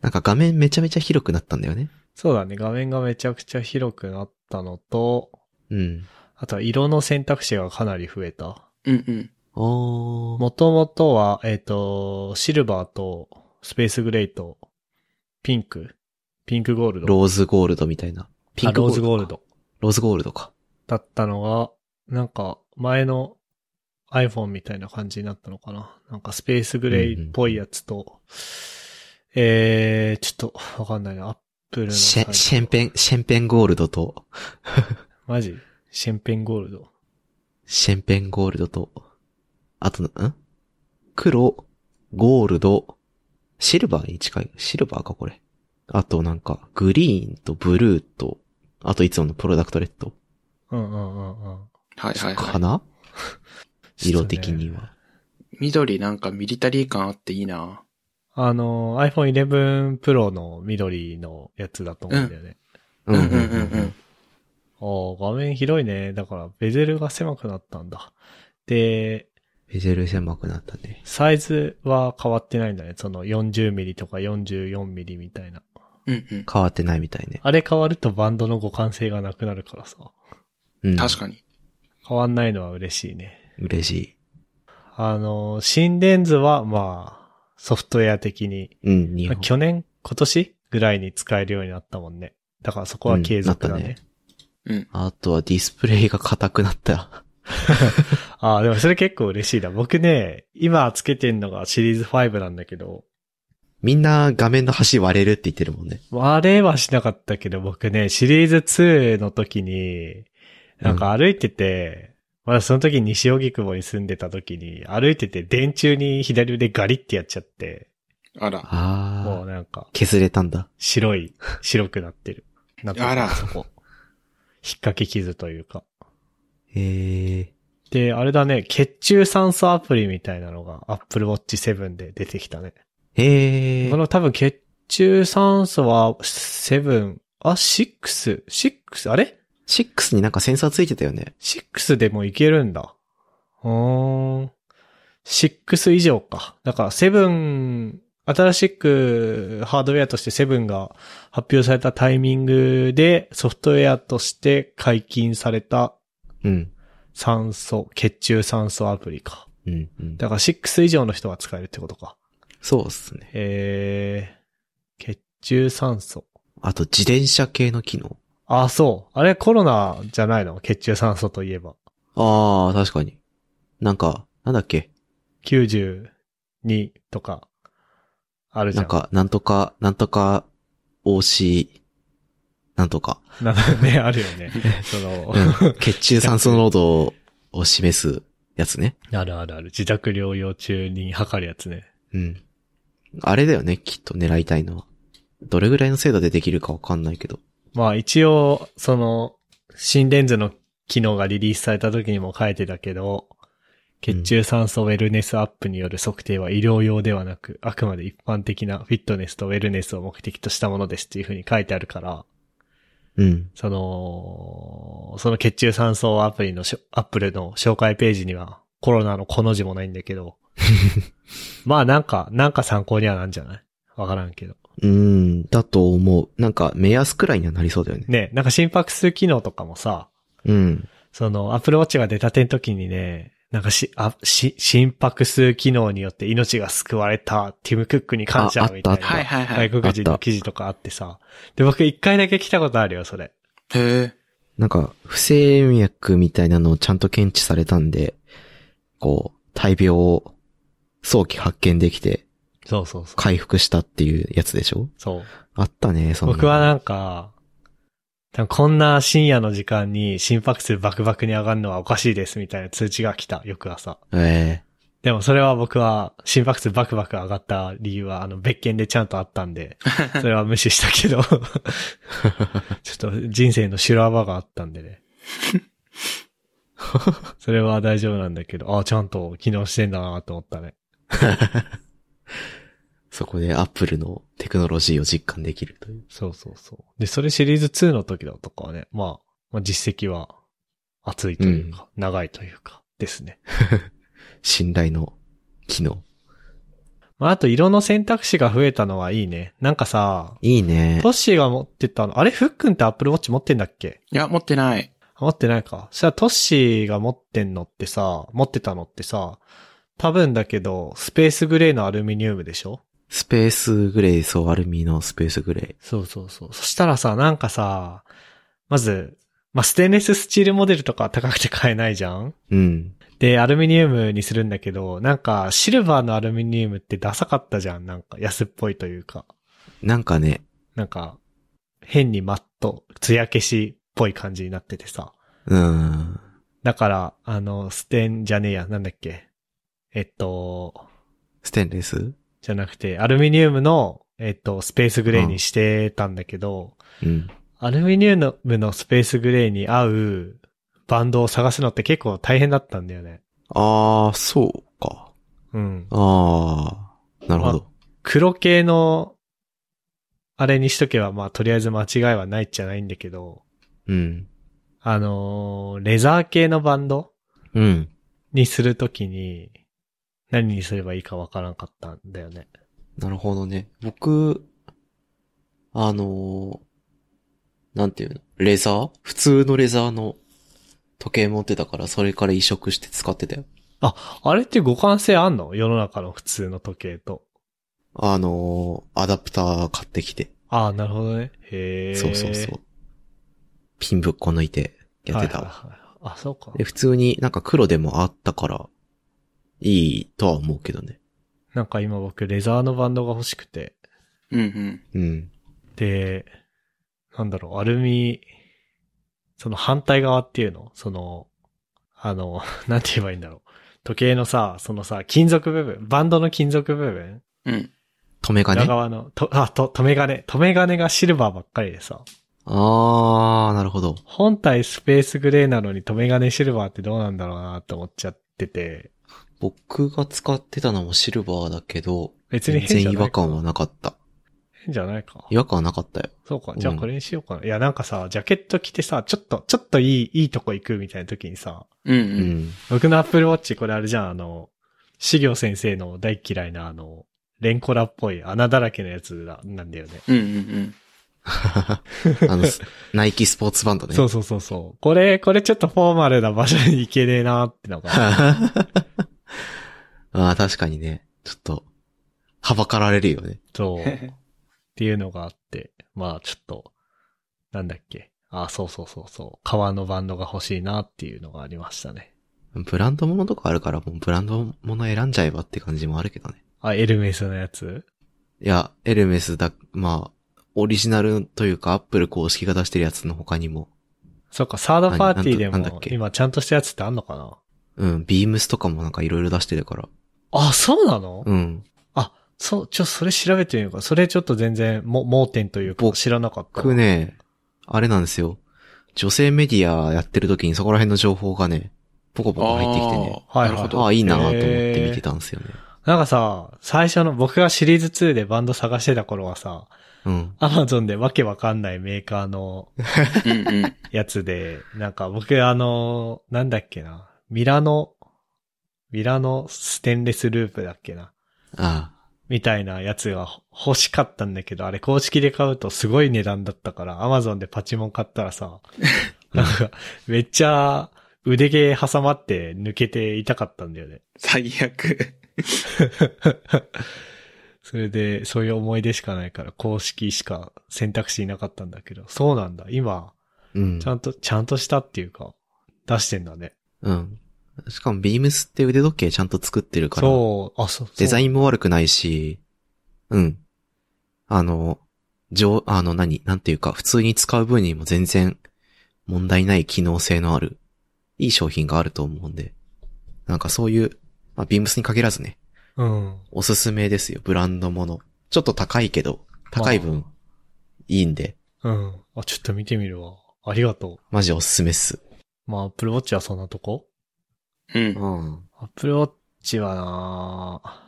Speaker 2: なんか画面めちゃめちゃ広くなったんだよね。
Speaker 3: そうだね、画面がめちゃくちゃ広くなったのと、
Speaker 2: うん。
Speaker 3: あとは色の選択肢がかなり増えた。
Speaker 1: うんうん。
Speaker 2: おー。
Speaker 3: もともとは、えっ、と、シルバーとスペースグレーとピンク、ピンクゴールド。
Speaker 2: ローズゴールドみたいな。
Speaker 3: あローズゴール
Speaker 2: ドか。
Speaker 3: ド
Speaker 2: ローズゴールドか。
Speaker 3: だったのが、なんか前の iPhone みたいな感じになったのかな。なんかスペースグレーっぽいやつと、えー、ちょっとわかんないな。アップルの。
Speaker 2: シェシェンペン、シェンペンゴールドと、
Speaker 3: マジシェンペンゴールド。
Speaker 2: シェンペンゴールドと、あとな、ん黒、ゴールド、シルバーに近い。シルバーか、これ。あとなんか、グリーンとブルーと、あといつものプロダクトレッド
Speaker 3: うんうんうんうん。
Speaker 1: はいはい
Speaker 2: か
Speaker 1: は
Speaker 2: な、色
Speaker 3: ちょっと
Speaker 2: 的
Speaker 3: ね
Speaker 2: には。
Speaker 1: い。緑なんかミリタリー感あっていいな。
Speaker 3: あの、iPhone 11 Pro の緑のやつだと思うんだよね。
Speaker 2: う
Speaker 1: うんうんうんうん。
Speaker 3: ああ、画面広いね。だから、ベゼルが狭くなったんだ。で、
Speaker 2: ベジェル狭くなったね。
Speaker 3: サイズは変わってないんだね。その40ミリとか44ミリみたいな。
Speaker 1: うんうん。
Speaker 2: 変わってないみたいね。
Speaker 3: あれ変わるとバンドの互換性がなくなるからさ。
Speaker 2: うん。
Speaker 1: 確かに。
Speaker 3: 変わんないのは嬉しいね。
Speaker 2: に。嬉し
Speaker 3: あの、新レンズは、まあ、ソフトウェア的に、
Speaker 2: い。うん、日
Speaker 3: まあ
Speaker 2: 本。
Speaker 3: 去年、今年ぐらいに使えるようになったもんね。だからそこは継続だ
Speaker 2: うんな
Speaker 3: ね
Speaker 2: っ。
Speaker 1: うん。
Speaker 2: あとはディスプレイが硬くなった。
Speaker 3: ああ、でもそれ結構嬉しいな。僕ね、今つけてんのがシリーズ5なんだけど、
Speaker 2: みんな画面の端割れるって言ってるもんね。
Speaker 3: 割れはしなかったけど、僕ね、シリーズ2の時に、なんか歩いてて、まだその時西荻窪に住んでた時に、歩いてて電柱に左腕ガリってやっちゃって、
Speaker 1: あら。
Speaker 3: も
Speaker 2: あ
Speaker 3: う
Speaker 2: あ。
Speaker 3: なんか、
Speaker 2: 削れたんだ。
Speaker 3: 白い、白くなってる。なんていうの
Speaker 1: あら
Speaker 3: そこ。引っ掛け傷というか。
Speaker 2: へえ。
Speaker 3: で、あれだね、血中酸素アプリみたいなのが Apple Watch 7で出てきたね。
Speaker 2: へえ
Speaker 3: こ。の多分血中酸素は7、あ、6、6、あれ
Speaker 2: 6になんかセンサーついてたよね。
Speaker 3: ?6 でもいけるんだ。うーん。6以上か。だから7、新しくハードウェアとして7が発表されたタイミングでソフトウェアとして解禁された
Speaker 2: うん。
Speaker 3: 酸素、血中酸素アプリか。
Speaker 2: うん、うん。
Speaker 3: だから6以上の人が使えるってことか。
Speaker 2: そうっすね。
Speaker 3: えー、血中酸素。
Speaker 2: あと、自転車系の機能。
Speaker 3: あ、そう。あれコロナじゃないの血中酸素といえば。
Speaker 2: ああ、確かに。なんか、なんだっけ。
Speaker 3: 92とか、あるじゃ。
Speaker 2: なんんか、なんとか、なんとか、OC、なんとか。
Speaker 3: なんかね、あるよね。その、
Speaker 2: うん 血中酸素濃度を示すやつね。
Speaker 3: あるあるある。自宅療養中に測るやつね。
Speaker 2: うん。あれだよね、きっと狙いたいのは。どれぐらいの精度でできるかわかんないけど。
Speaker 3: まあ一応、その、心電図の機能がリリースされた時にも書いてたけど、血中酸素ウェルネスアップによる測定は医療用ではなく、あくまで一般的なフィットネスとウェルネスを目的としたものですっていうふうに書いてあるから、
Speaker 2: うん。
Speaker 3: その、その血中酸素アプリのしょ、アップルの紹介ページにはコロナのこの字もないんだけ ど、まあなんか、なんか参考にはなんじゃないわからんけど。
Speaker 2: うん、だと思う。なんか、目安くらいにはなりそうだよね。
Speaker 3: ね、なんか心拍数機能とかもさ、
Speaker 2: うん。
Speaker 3: その、アップルウォッチが出たての時にね、なんかし、あ、し、心拍数機能によって命が救われた、ティム・クックに感謝
Speaker 2: ああった
Speaker 3: みたい
Speaker 2: あった
Speaker 1: はい
Speaker 3: な、
Speaker 1: はいはい。
Speaker 3: 外国人の記事とかあってさ。で、僕一回だけ来たことあるよ、それ。
Speaker 1: へえ。
Speaker 2: なんか、不整脈みたいなのをちゃんと検知されたんで、こう、大病を早期発見できて
Speaker 3: そうそうそう。
Speaker 2: 回復したっていうやつでしょ
Speaker 3: そう。
Speaker 2: あったね、そんなの
Speaker 3: 僕はなんか、多分こんな深夜の時間に心拍数バクバクに上がるのはおかしいですみたいな通知が来た、翌朝。
Speaker 2: え
Speaker 3: でもそれは僕は心拍数バクバク上がった理由はあの別件でちゃんとあったん で、それは無視したけど、ちょっと人生の修羅場があったんで ね。それは大丈夫なんだけど、ああ、ちゃんと機能してんだなと思ったね。
Speaker 2: えそこでアップルのテクノロジーを実感できるという。
Speaker 3: そうそうそう。で、それシリーズ2の時だとかはね、まあ、まあ、実績は熱いというか、長いというか、ですね。
Speaker 2: 信頼の機能。
Speaker 3: まあ、あと色の選択肢が増えたのはいいね。なんかさ、
Speaker 2: いいね
Speaker 3: ト。ッシーが持ってたの、あれフックンって Apple Watch 持ってんだっけ
Speaker 1: いや、持ってない。
Speaker 3: 持ってないか。そしたらトッシーが持ってんのってさ、持ってたのってさ、多分だけど、スペースグレーのアルミニウムでしょ
Speaker 2: スペースグレー、そう、アルミのスペースグレ
Speaker 3: そうそうそう。そしたらさ、なんかさ、まず、まあ、ステンレススチールモデルとかは高くて買えないじゃん
Speaker 2: ー。うん。
Speaker 3: で、アルミニウムにするんだけど、なんか、シルバーのアルミニウムってダサかったじゃん。なんか、安っぽいというか。
Speaker 2: なんかね、
Speaker 3: なんか、変にマット、艶消しっぽい感じになっててさ。
Speaker 2: うん。
Speaker 3: だから、あの、ステンじゃねえや、なんだっけ。えっと、
Speaker 2: ステンレス
Speaker 3: じゃなくて、アルミニウムの、えっと、スペースグレーにしてたんだけど、
Speaker 2: うん。
Speaker 3: アルミニウムのスペースグレーに合うバンドを探すのって結構大変だったんだよね。
Speaker 2: あー、そうか。
Speaker 3: うん。
Speaker 2: あー、なるほど。
Speaker 3: 黒系の、あれにしとけば、まあ、とりあえず間違いはないっちゃないんだけど、
Speaker 2: うん。
Speaker 3: あのーレザー系のバンド
Speaker 2: うん。
Speaker 3: にするときに、何にすればいいかわからんかったんだよね。
Speaker 2: なるほどね。僕、あのーなんていうのレザー普通のレザーの時計持ってたから、それから移植して使ってたよ。
Speaker 3: あれって互換性あんの世の中の普通の時計と。
Speaker 2: あのーアダプター買ってきて。
Speaker 3: ああ、なるほどね。へえ。
Speaker 2: そうそうそう。ピンぶっこ抜いてやってたわ。
Speaker 3: はいはいはいあ、そうか。
Speaker 2: で普通になんか黒でもあったから、いいとは思うけどね。
Speaker 3: なんか今僕、レザーのバンドが欲しくて。
Speaker 1: うんうん。
Speaker 2: うん。
Speaker 3: で、なんだろう、アルミ、その反対側っていうのその、あの、 なんて言えばいいんだろう。時計のさ、そのさ、金属部分、バンドの金属部分、
Speaker 1: うん。
Speaker 2: 止め
Speaker 3: 裏
Speaker 2: 金あ
Speaker 3: 側の、と、あ、と、止め金、止め金がシルバーばっかりでさ、
Speaker 2: あー、なるほど。
Speaker 3: 本体スペースグレーなのに止め金シルバーってどうなんだろうなって思っちゃってて、
Speaker 2: 僕が使ってたのもシルバーだけど、
Speaker 3: 別に
Speaker 2: 全
Speaker 3: 変じゃ
Speaker 2: 然違
Speaker 3: な
Speaker 2: 和
Speaker 3: いか。
Speaker 2: 感はなかった。
Speaker 3: 変じゃないか。
Speaker 2: 違和感はなかったよ。
Speaker 3: そうか。じゃあこれにしようかな。いや、なんかさ、ジャケット着てさ、ちょっと、ちょっといい、いいとこ行くみたいな時にさ、
Speaker 1: うんう。
Speaker 2: うんん。
Speaker 3: 僕のアップルウォッチこれあれじゃん、あの、資料先生の大嫌いなあの、レンコラっぽい穴だらけのやつだなんだよね。
Speaker 1: うんうんうん。
Speaker 2: あの、スナイキスポーツバンドね。
Speaker 3: そうそうそうそう。これ、これちょっとフォーマルな場所に行けねえなってのが。
Speaker 2: ああ、確かにね。ちょっと、はばかられるよね。
Speaker 3: そう。っていうのがあって、まあちょっと、なんだっけ。あ、そうそうそうそう。革のバンドが欲しいなっていうのがありましたね。
Speaker 2: ブランドものとかあるから、もうブランドもの選んじゃえばって感じもあるけどね。
Speaker 3: あ、エルメスのやつ
Speaker 2: いや、エルメスだ、まあ、オリジナルというか、アップル公式が出してるやつの他にも、
Speaker 3: そっか、サードパーティーで
Speaker 2: なんなんだっ
Speaker 3: も、
Speaker 2: け
Speaker 3: 今ちゃんとしたやつってあんのかな
Speaker 2: うん、ビームスとかもなんかいろいろ出してるから。
Speaker 3: あ、そうなの
Speaker 2: うん。
Speaker 3: あ、そう、ちょ、それ調べてみようか。それちょっと全然、も、盲点というか、
Speaker 2: 僕
Speaker 3: 知らなかった。
Speaker 2: 僕ね、あれなんですよ。女性メディアやってる時にそこら辺の情報がね、ポコポコ入ってきてね。
Speaker 1: あー
Speaker 3: はいはい
Speaker 1: なるほど。
Speaker 2: ああ、いいなと思っ
Speaker 3: へ
Speaker 2: て
Speaker 3: ー
Speaker 2: 見てたんですよね。
Speaker 3: なんかさ、最初の、僕がシリーズ2でバンド探してた頃はさ、
Speaker 2: うん。
Speaker 3: アマゾンでわけわかんないメーカーの
Speaker 1: うんうん。
Speaker 3: やつ で、なんか僕あの、なんだっけな、ミラノ、ミラノステンレスループだっけな、
Speaker 2: あ
Speaker 3: みたいなやつが欲しかったんだけど、あれ公式で買うとすごい値段だったから、アマゾンでパチモン買ったら さ、なんか、めっちゃ腕毛挟まって抜けて痛かったんだよね。
Speaker 1: 最悪。
Speaker 3: それで、そういう思い出しかないから、公式しか選択肢いなかったんだけど、そうなんだ。今、
Speaker 2: あ。うん
Speaker 3: ち。ゃんと、ちゃんとしたっていうか、出してんだね。
Speaker 2: うん。しかもビームスって腕時計ちゃんと作ってるから、
Speaker 3: そう、あ、そう、そう
Speaker 2: デザインも悪くないし、うん。あの、上、あの何、なんていうか、普通に使う分にも全然問題ない機能性のある、いい商品があると思うんで、なんかそういう、まあ、ビームスに限らずね、
Speaker 3: うん。
Speaker 2: おすすめですよ、ブランドもの。ちょっと高いけど、高い分、いいんで、
Speaker 3: うん。あ、ちょっと見てみるわ。ありがと
Speaker 2: マジおすすめっす。
Speaker 3: う。まあ、Apple Watch はそんなとこ
Speaker 1: うん。
Speaker 2: ん。
Speaker 3: ?Apple Watch はなぁ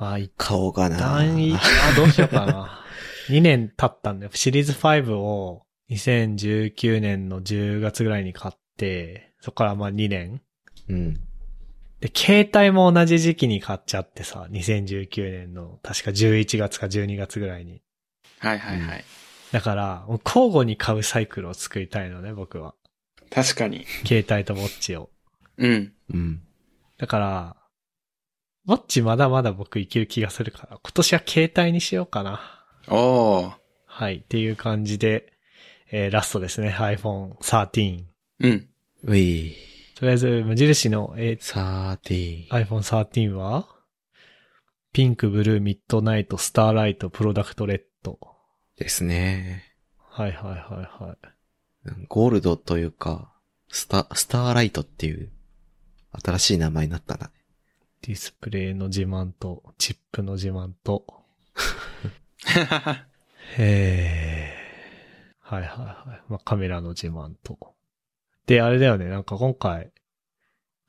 Speaker 3: まあ、一
Speaker 2: 顔がな
Speaker 3: 旦い、あ、どうしようかな。2年経ったんだよ。シリーズ5を2019年の10月ぐらいに買って、そこからまあ2年。
Speaker 2: うん。
Speaker 3: で、携帯も同じ時期に買っちゃってさ、2019年の確か11月か12月ぐらいに。
Speaker 1: はいはいはい。
Speaker 3: だから、もう交互に買うサイクルを作りたいのね、僕は。
Speaker 1: 確かに。
Speaker 3: 携帯とウォッチを。
Speaker 1: うん。
Speaker 2: うん。
Speaker 3: だから、ウォッチまだまだ僕いける気がするから、今年は携帯にしようかな。
Speaker 1: おー。
Speaker 3: はい、っていう感じで、えーラストですね、iPhone 13。
Speaker 1: うん。
Speaker 2: うい
Speaker 3: とりあえず、無印の、えー
Speaker 2: サーティ
Speaker 3: iPhone 13は、ピンク、ブルー、ミッドナイト、スターライト、プロダクトレッド。
Speaker 2: ですね。
Speaker 3: はいはいはいはい。
Speaker 2: ゴールドというか、スタ、スターライトっていう、新しい名前になったな。
Speaker 3: ディスプレイの自慢と、チップの自慢と、ええ。はいはいはい。まあ、カメラの自慢と。で、あれだよね。なんか今回、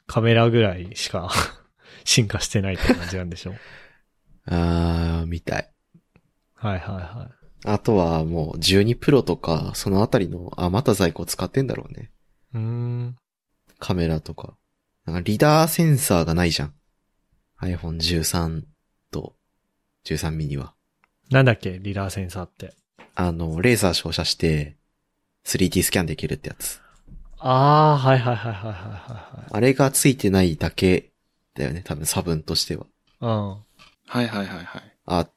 Speaker 3: カメラぐらいしか 進化してないって感じなんでしょ
Speaker 2: あー、みたい。
Speaker 3: はいはいは
Speaker 2: あとはもう12プロとか、そのあたりの余った在庫使ってんだろうね。
Speaker 3: い。うーん。
Speaker 2: カメラとか。なんかリダーセンサーがないじゃん。iPhone 13と13ミニは。
Speaker 3: なんだっけリダーセンサーって。
Speaker 2: あの、レーザー照射して、3D スキャンできるってやつ。
Speaker 3: ああ、はいはいはいはいはい
Speaker 2: あれがついてないだけだよね。多分差分としては。
Speaker 3: はい。うん。
Speaker 1: はいはいはいはい。
Speaker 2: あ、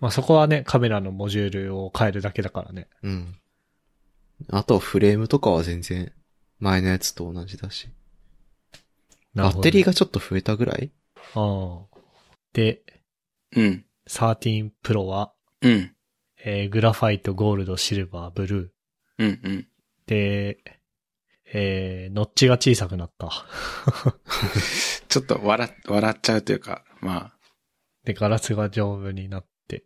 Speaker 3: まあ、そこはね、カメラのモジュールを変えるだけだからね。
Speaker 2: うん。あとフレームとかは全然前のやつと同じだし。バッテリー
Speaker 3: が。
Speaker 2: がちょっと増えたぐらい
Speaker 3: うん。で、
Speaker 1: うん。
Speaker 3: 13 Pro は、
Speaker 1: うん。
Speaker 3: えーグラファイト、ゴールド、シルバー、ブルー。
Speaker 1: うんうん。
Speaker 3: で、えー、ノッチが小さくなった。
Speaker 1: ちょっと笑っ、笑っちゃうというか、まあ、
Speaker 3: で、ガラスが丈夫になって、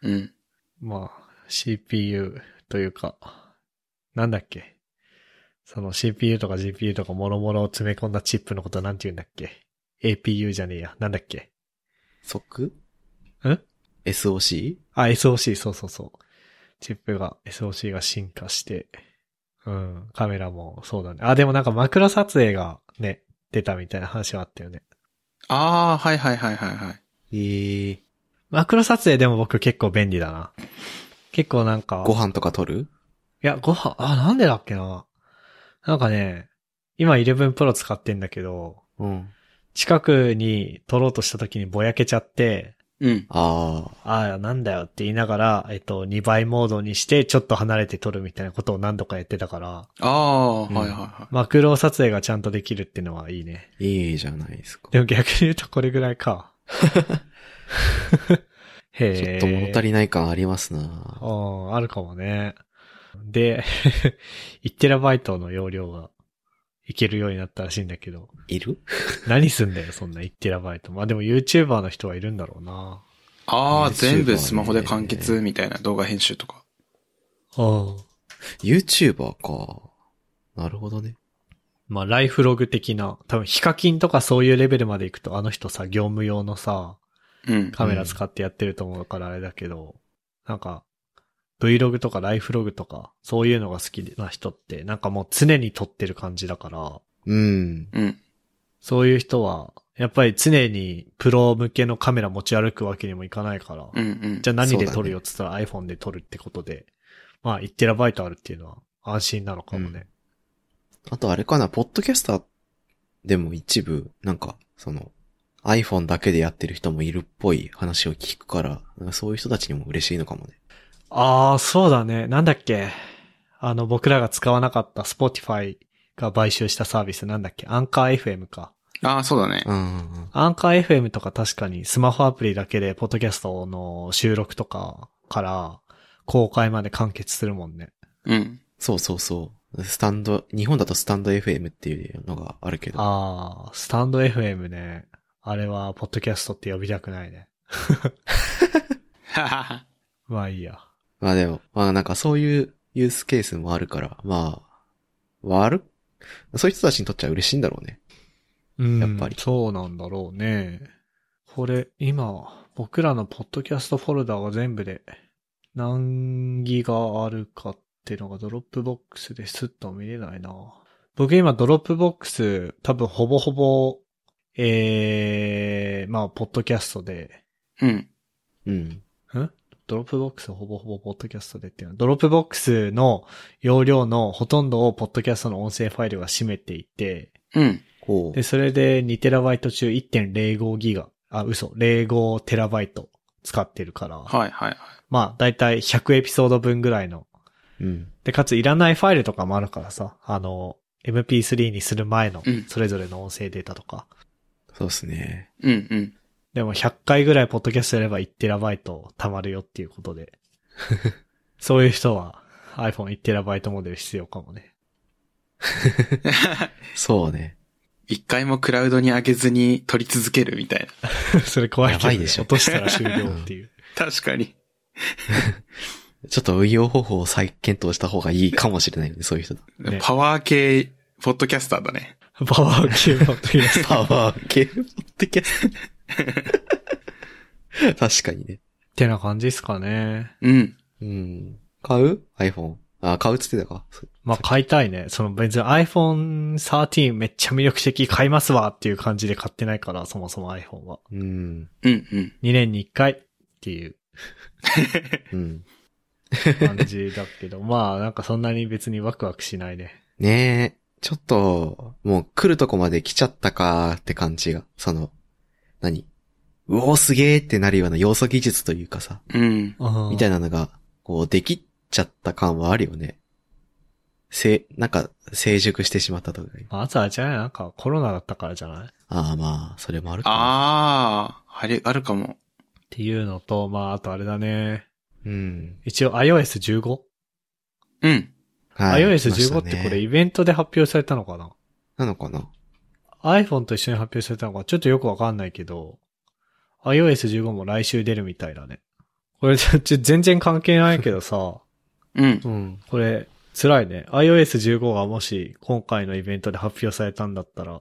Speaker 1: うん。
Speaker 3: まあ、CPU というか、なんだっけ。その CPU とか GPU とか諸々を詰め込んだチップのことなんて言うんだっけ。 APU じゃねえや。なんだっけ。
Speaker 2: 即
Speaker 3: ん
Speaker 2: ?SOC?
Speaker 3: あ、SOC、そうそうそう。チップが、SOC が進化して、うん、カメラもそうだね。あ、でもなんか枕撮影がね、出たみたいな話はあったよね。
Speaker 1: ああ、はいはいはいはいはい。
Speaker 2: ええー。
Speaker 3: 枕撮影でも僕結構便利だな。結構なんか、
Speaker 2: ご飯とか取る
Speaker 3: いや、ご飯、あ、なんでだっけな。なんかね、今11 Pro 使ってんだけど、
Speaker 2: うん。
Speaker 3: 近くに撮ろうとした時にぼやけちゃって、
Speaker 1: うん。
Speaker 2: ああ。
Speaker 3: ああ、なんだよって言いながら、えっと、2倍モードにして、ちょっと離れて撮るみたいなことを何度かやってたから、
Speaker 1: ああ、
Speaker 2: うん
Speaker 1: はいはいは
Speaker 3: マクロ撮影がちゃんとできるってのはいいね。
Speaker 2: いいじゃないですか。
Speaker 3: でも逆に言うとこれぐらい か。へ
Speaker 2: ちょ
Speaker 3: え。
Speaker 2: っと物足りない感ありますな。
Speaker 3: うん、あるかもね。で、1TB の容量がいけるようになったらしいんだけど、
Speaker 2: いる
Speaker 3: 何すんだよ、そんな 1TB。まあでも YouTuber の人はいるんだろうな。
Speaker 1: い。ああ、
Speaker 2: YouTuber
Speaker 1: 全部スマホで完結みたいな動画編集とか。
Speaker 3: うん。
Speaker 2: ?YouTuber か。なるほどね。
Speaker 3: まあライフログ的な、多分ヒカキンとかそういうレベルまで行くと、あの人さ、業務用のさ、
Speaker 1: うん。
Speaker 3: カメラ使ってやってると思うからあれだけど、なんか、Vlog とかライフログとか、そういうのが好きな人って、なんかもう常に撮ってる感じだから、
Speaker 2: うん。
Speaker 1: うん。
Speaker 3: そういう人は、やっぱり常にプロ向けのカメラ持ち歩くわけにもいかないから、
Speaker 1: うんうん
Speaker 3: じ。ゃあ何で撮るよって言ったら iPhone で撮るってことで、まあ 1TB あるっていうのは安心なのかもね。
Speaker 2: あとあれかな、ポッドキャスターでも一部、なんか、その、iPhone だけでやってる人もいるっぽい話を聞くから、なんかそういう人たちにも嬉しいのかもね。
Speaker 3: ああ、そうだね。なんだっけ。あの、僕らが使わなかった Spotify が買収したサービスなんだっけ。アンカー FM か。
Speaker 1: ああ、そうだね。
Speaker 2: うん。
Speaker 3: アンカー FM とか確かにスマホアプリだけでポッドキャストの収録とかから公開まで完結するもんね。
Speaker 1: うん。
Speaker 2: そうそうそう。スタンド、日本だとスタンド FM っていうのがあるけど。
Speaker 3: ああ、スタンド FM ね。あれはポッドキャストって呼びたくないね。
Speaker 1: ははは。
Speaker 3: まあいいや。
Speaker 2: まあでも、まあなんかそういうユースケースもあるから、まあ、悪っそういう人たちにとっちゃ嬉しいんだろうね。
Speaker 3: うん
Speaker 2: やっぱり
Speaker 3: そうなんだろうね。これ、今、僕らのポッドキャストフォルダが全部で何ギガあるかっていうのがドロップボックスですっと見れないな。僕今ドロップボックス多分ほぼほぼ、ええまあ、ポッドキャストで、
Speaker 1: うん。
Speaker 2: うん。
Speaker 3: ドロップボックスほぼほぼポッドキャストでっていうのは、ドロップボックスの容量のほとんどをポッドキャストの音声ファイルが占めていて、
Speaker 1: うん。
Speaker 2: こう
Speaker 3: で、。それで 2TB 中1.05ギガ、あ、嘘、05TB 使ってるから、
Speaker 1: はいはいはい。
Speaker 3: まあ、だいたい100エピソード分ぐらいの。
Speaker 2: うん。
Speaker 3: で、かついらないファイルとかもあるからさ、あの、MP3 にする前の
Speaker 1: うん、
Speaker 3: それぞれの音声データとか。
Speaker 2: そうですね。
Speaker 1: うんうん。
Speaker 3: でも100回ぐらいポッドキャストやれば 1TB 溜まるよっていうこと で。そういう人は iPhone1TB モデル必要かもね。
Speaker 2: そうね。
Speaker 1: 一回もクラウドに上げずに撮り続けるみたいな。
Speaker 3: それ怖いけど、
Speaker 2: やば
Speaker 3: ね、
Speaker 2: いでしょ
Speaker 3: 落としたら終了っていう。
Speaker 1: 確かに。
Speaker 2: ちょっと運用方法を再検討した方がいいかもしれないよね、そういう人だ。
Speaker 3: ね
Speaker 1: パワー系、ポッドキャスターだね。
Speaker 3: パワー系ポッド キャスト
Speaker 2: パワー系ポッドキャスト。 確かにね。
Speaker 3: ってな感じですかね。
Speaker 1: うん。
Speaker 2: うん。買う ?iPhone。あ、買うっつってたか。そ
Speaker 3: まあ、買いたいね。その別に iPhone 13めっちゃ魅力的買いますわっていう感じで買ってないから、そもそも iPhone は。
Speaker 2: うん。
Speaker 1: うんうん。
Speaker 3: 2年に1回っていう
Speaker 2: うん。
Speaker 3: 感じだ けど、まあなんかそんなに別にワクワクしないね。
Speaker 2: ねえ。ちょっと、もう来るとこまで来ちゃったかーって感じが。その、何うおーすげーってなるような要素技術というかさ、
Speaker 1: うん。
Speaker 2: みたい
Speaker 3: な。
Speaker 2: なのが、こう、できっちゃった感はあるよね。せ、なんか、成熟してしまったとかいう。
Speaker 3: まあ、あとはじゃないなんかコロナだったからじゃないっ
Speaker 2: ああ、まあ、それもあるかな。
Speaker 1: ああ、あれ、あるかも。
Speaker 3: ていうのと、まああとあれだね。
Speaker 2: うん。
Speaker 3: 一応 iOS15?iOS15、
Speaker 1: うん。
Speaker 2: はい来
Speaker 3: iOS
Speaker 2: ま
Speaker 3: 15っ
Speaker 2: し
Speaker 3: たてこれ
Speaker 2: ね
Speaker 3: イベントで発表されたのかな
Speaker 2: なのかな
Speaker 3: iPhone と一緒に発表されたのか、ちょっとよくわかんないけど、iOS15 も来週出るみたいだね。これ、ちょ、ちょ全然関係ないけど さ、
Speaker 1: うん。
Speaker 2: うん。
Speaker 3: これ、辛いね。iOS15 がもし、今回のイベントで発表されたんだったら、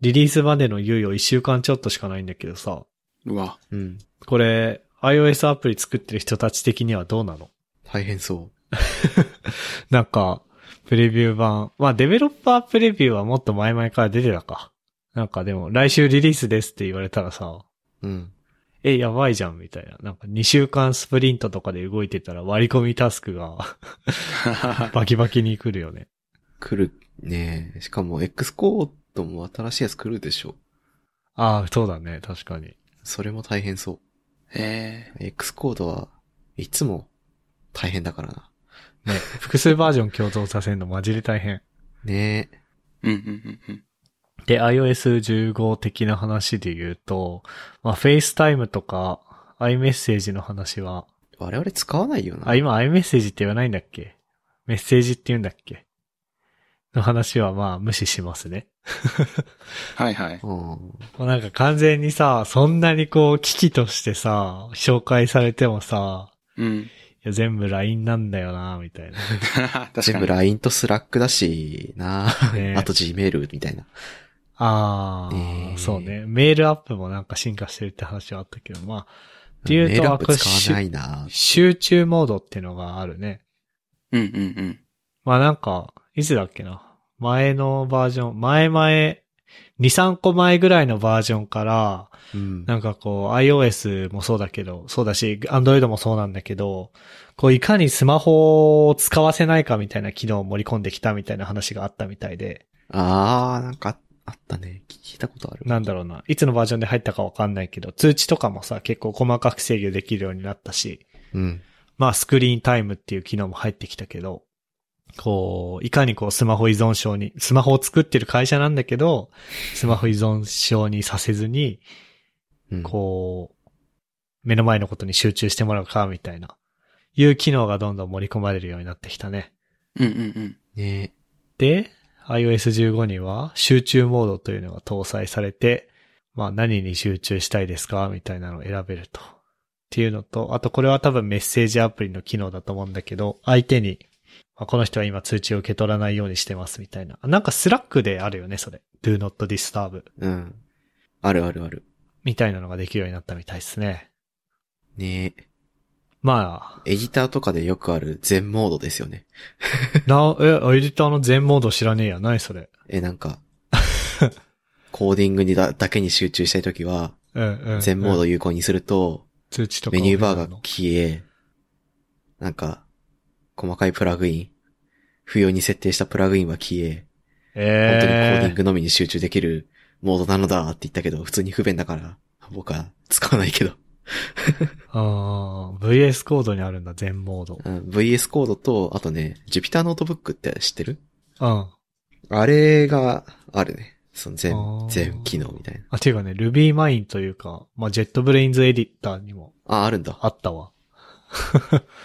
Speaker 3: リリースまでの猶予1週間ちょっとしかないんだけどさ、
Speaker 1: うわ。
Speaker 2: うん。
Speaker 3: これ、iOS アプリ作ってる人たち的にはどうなの
Speaker 2: 大変そ
Speaker 3: なんか、プレビュー版。まあ、デベロッパープレビューはもっと前々から出てたか。なんかでも、来週リリースですって言われたらさ、
Speaker 2: う。うん。
Speaker 3: え、やばいじゃん、みたいな。なんか2週間スプリントとかで動いてたら割り込みタスクが バキバキに来るよね。
Speaker 2: 来るね。しかも X コードも新しいやつ来るでしょ。
Speaker 3: ああ、そうだね、確かに。
Speaker 2: それも大変そう。
Speaker 1: え
Speaker 2: X コードはいつも大変だからな。
Speaker 3: ね、複数バージョン共存させるのマジで大変。
Speaker 2: ねえ。
Speaker 1: えうんうんうんうん。
Speaker 3: で、iOS15 的な話で言うと、まあ、FaceTime とか iMessage の話は、
Speaker 2: 我々使わないよな。
Speaker 3: あ、今 iMessage って言わないんだっけメッセージって言うんだっけの話はまあ無視しますね。
Speaker 1: はいはい。
Speaker 2: うん。
Speaker 3: もうなんか完全にさ、そんなにこう機器としてさ、紹介されてもさ、
Speaker 1: うん。
Speaker 3: いや全部 LINE なんだよな、みたいな。
Speaker 1: 確かに。
Speaker 2: 全部 LINE と Slack だしな。
Speaker 3: ね
Speaker 2: あと Gmail みたいな。
Speaker 3: ああ、
Speaker 2: ねえ
Speaker 3: そうね。メールアップもなんか進化してるって話はあったけど、まあ、って
Speaker 2: メ
Speaker 3: いう
Speaker 2: ー
Speaker 3: と、
Speaker 2: ルアップ
Speaker 3: あ
Speaker 2: 使わないな。
Speaker 3: 集中モードっていうのがあるね。
Speaker 1: うんうんうん。
Speaker 3: まあなんか、いつだっけな。前のバージョン、前々、2、3個前ぐらいのバージョンから、
Speaker 2: うん。
Speaker 3: なんかこう iOS もそうだけど、そうだし、Android もそうなんだけど、こういかにスマホを使わせないかみたいな機能を盛り込んできたみたいな話があったみたいで、
Speaker 2: あー、なんかあったね。聞いたことある。
Speaker 3: なんだろうな、いつのバージョンで入ったかわかんないけど、通知とかもさ、結構細かく制御できるようになったし、
Speaker 2: うん。
Speaker 3: まあスクリーンタイムっていう機能も入ってきたけど、こう、いかにこうスマホ依存症に、スマホを作ってる会社なんだけど、スマホ依存症にさせずに、
Speaker 2: うん、
Speaker 3: こう、目の前のことに集中してもらうか、みたいな、いう機能がどんどん盛り込まれるようになってきたね。
Speaker 1: うんうんうん。
Speaker 2: ね
Speaker 3: で、iOS15 には集中モードというのが搭載されて、まあ何に集中したいですかみたいなのを選べると。っていうのと、あとこれは多分メッセージアプリの機能だと思うんだけど、相手に、まあ、この人は今通知を受け取らないようにしてますみたいな。なんかスラックであるよね、それ。do not disturb
Speaker 2: うん。あるあるある。
Speaker 3: みたいなのができるようになったみたいですね。
Speaker 2: ね
Speaker 3: まあ、
Speaker 2: エディターとかでよくある全モードですよね。
Speaker 3: な、 え、エディターの全モード知らねえや。ないそれ。
Speaker 2: え、なん か、コーディングにだだけに集中したいときは、
Speaker 3: うんうん。
Speaker 2: 全モード
Speaker 3: うん
Speaker 2: 有効にすると、
Speaker 3: 通知とか。
Speaker 2: メニューバーが消え、なんか、細かいプラグイン、不要に設定したプラグインは消え、本当にコーディン
Speaker 3: ええ
Speaker 2: グのみに集中できるモードなのだって言ったけど、普通に不便だから、僕は使わないけど。
Speaker 3: ー。あー VS コードにあるんだ、全モード。
Speaker 2: うん VS コードと、あとね、Jupyter ノートブックって知ってる
Speaker 3: うん。あ、
Speaker 2: あれがあるね。その全
Speaker 3: あー、
Speaker 2: 全機能みたいな。
Speaker 3: ていうかね、RubyMine というか、まあ、JetBrains エディターにも
Speaker 2: あ、あるんだ。あ
Speaker 3: あったわ。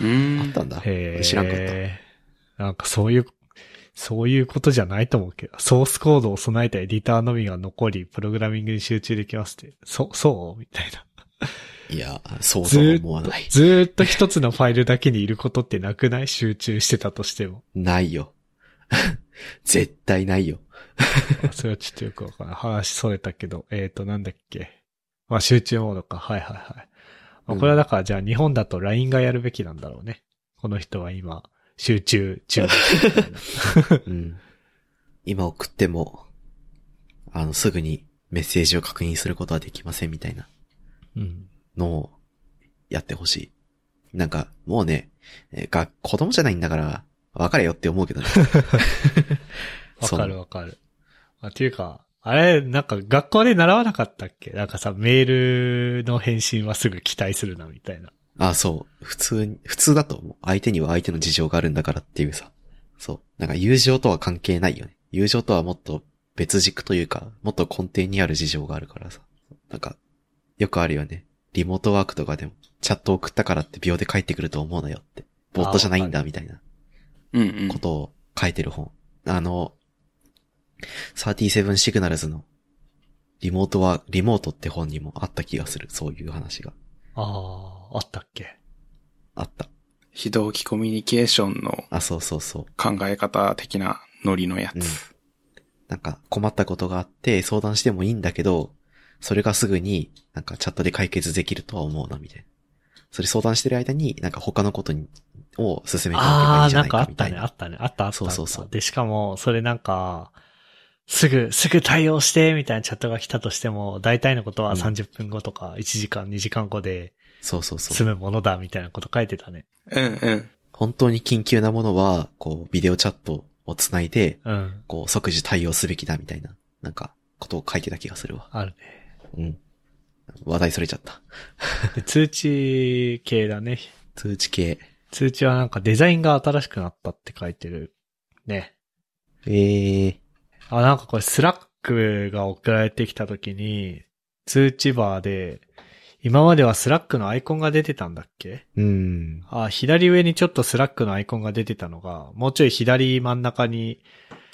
Speaker 1: うーん。
Speaker 2: ったんだ。
Speaker 3: へえ。
Speaker 2: 知らんかった。
Speaker 3: なんかそういう、そういうことじゃないと思うけど、ソースコードを備えたエディターのみが残り、プログラミングに集中できますって。そ、そうみたいな。
Speaker 2: いや、そう
Speaker 3: ず
Speaker 2: とは
Speaker 3: ーっ
Speaker 2: 思わ
Speaker 3: と
Speaker 2: ない、。
Speaker 3: ずーっと一つのファイルだけにいることってなくない集中してたとしても。
Speaker 2: ないよ。 絶対ないよ。
Speaker 3: あ それはちょっとよくわからない。話それたけど、えっ、ー、と、なんだっけ。まあ、集中モードか。はいはいはい。まあ、これはだから、じゃあ日本だと LINE がやるべきなんだろうね。この人は今、集中中ですみた いな。
Speaker 2: うん。今送っても、あの、すぐにメッセージを確認することはできませんみたいな
Speaker 3: うん。
Speaker 2: のをやってほしい。なんか、もうね、えーが、子供じゃないんだから、わかれよって思うけどね。
Speaker 3: わ
Speaker 2: そう
Speaker 3: かるわかる。まあ、っていうか、あれ、なんか学校で習わなかったっけなんかさ、メールの返信はすぐ期待するな、みたいな。
Speaker 2: あ、そう。普通に、普通だと思う。相手には相手の事情があるんだからっていうさ。そう。なんか友情とは関係ないよね。友情とはもっと別軸というか、もっと根底にある事情があるからさ。なんか、よくあるよね。リモートワークとかでも、チャット送ったからって秒で帰ってくると思うなよって。ボットじゃないんだみたいな
Speaker 1: うんうん
Speaker 2: こ。とを書いてる本。あの、37 Signals のリモートは、リモートって本にもあった気がする。そういう話が
Speaker 3: ああ、あったっけ
Speaker 2: あった。
Speaker 1: 非同期コミュニケーションの
Speaker 2: あ、そうそうそう。
Speaker 1: 考え方的なノリのやつ。
Speaker 2: なんか困ったことがあって相談してもいいんだけど、それがすぐになんかチャットで解決できるとは思うな、みたいな。それ相談してる間になんか他のことに、を進めていけ
Speaker 3: あ
Speaker 2: ばいい
Speaker 3: あ
Speaker 2: ん
Speaker 3: ー、
Speaker 2: じゃ
Speaker 3: な
Speaker 2: なんい
Speaker 3: かあ
Speaker 2: か
Speaker 3: っ
Speaker 2: み
Speaker 3: た
Speaker 2: たい
Speaker 3: ね。
Speaker 2: な。
Speaker 3: あったね。あったあったあった。
Speaker 2: そうそうそう
Speaker 3: で、しかも、それなんか、すぐ、すぐ対応して、みたいなチャットが来たとしても、大体のことは
Speaker 2: うん
Speaker 3: 30分後とか、1時間、2時間後で
Speaker 2: そうそうそう
Speaker 3: 済。むものだ、みたいなこと書いてたね。
Speaker 1: うんうん。
Speaker 2: 本当に緊急なものは、こう、ビデオチャットをつないで、
Speaker 3: うん。
Speaker 2: こう、即時対応すべきだみたいな、なんか、ことを書いてた気がするわ。
Speaker 3: あるね。
Speaker 2: うん。話題それちゃった。
Speaker 3: で通知系だね。
Speaker 2: 通知系。
Speaker 3: 通知はなんかデザインが新しくなったって書いてる。ね。
Speaker 2: ええ
Speaker 3: あ、なんかこれスラックが送られてきた時に、通知バーで、今まではスラックのアイコンが出てたんだっけ
Speaker 2: うん。
Speaker 3: あ、左上にちょっとスラックのアイコンが出てたのが、もうちょい左真ん中に、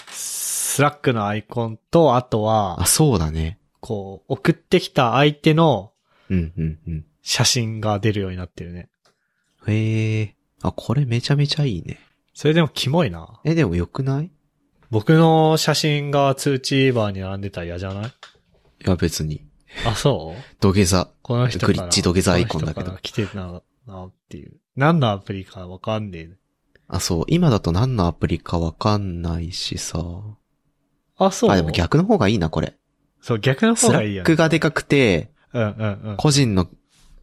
Speaker 3: スラックのアイコンと、あとは
Speaker 2: あ、、そうだね。
Speaker 3: こう、送ってきた相手の
Speaker 2: うん、うん、うん。
Speaker 3: 写真が出るようになってるね。
Speaker 2: ええあ、これめちゃめちゃいいね。
Speaker 3: それでもキモいな。
Speaker 2: え、でも良くないい
Speaker 3: 僕の写真が通知バーに並んでたら嫌じゃない
Speaker 2: や、別に。
Speaker 3: あ、そう
Speaker 2: 土下座。
Speaker 3: この人から。
Speaker 2: グリッチ土下座アイコンだけど
Speaker 3: この人から来てな、なっていう。何のアプリかわかんねえね。
Speaker 2: あ、そう。今だと何のアプリかわかんないしさ。
Speaker 3: あ、そう
Speaker 2: あ、でも逆の方がいいな、これ。
Speaker 3: そう、逆の
Speaker 2: ス
Speaker 3: 方
Speaker 2: ラ
Speaker 3: がいい
Speaker 2: ッ
Speaker 3: よ
Speaker 2: ク
Speaker 3: ね。
Speaker 2: がでかくて、
Speaker 3: うんうんうん。
Speaker 2: 個人の、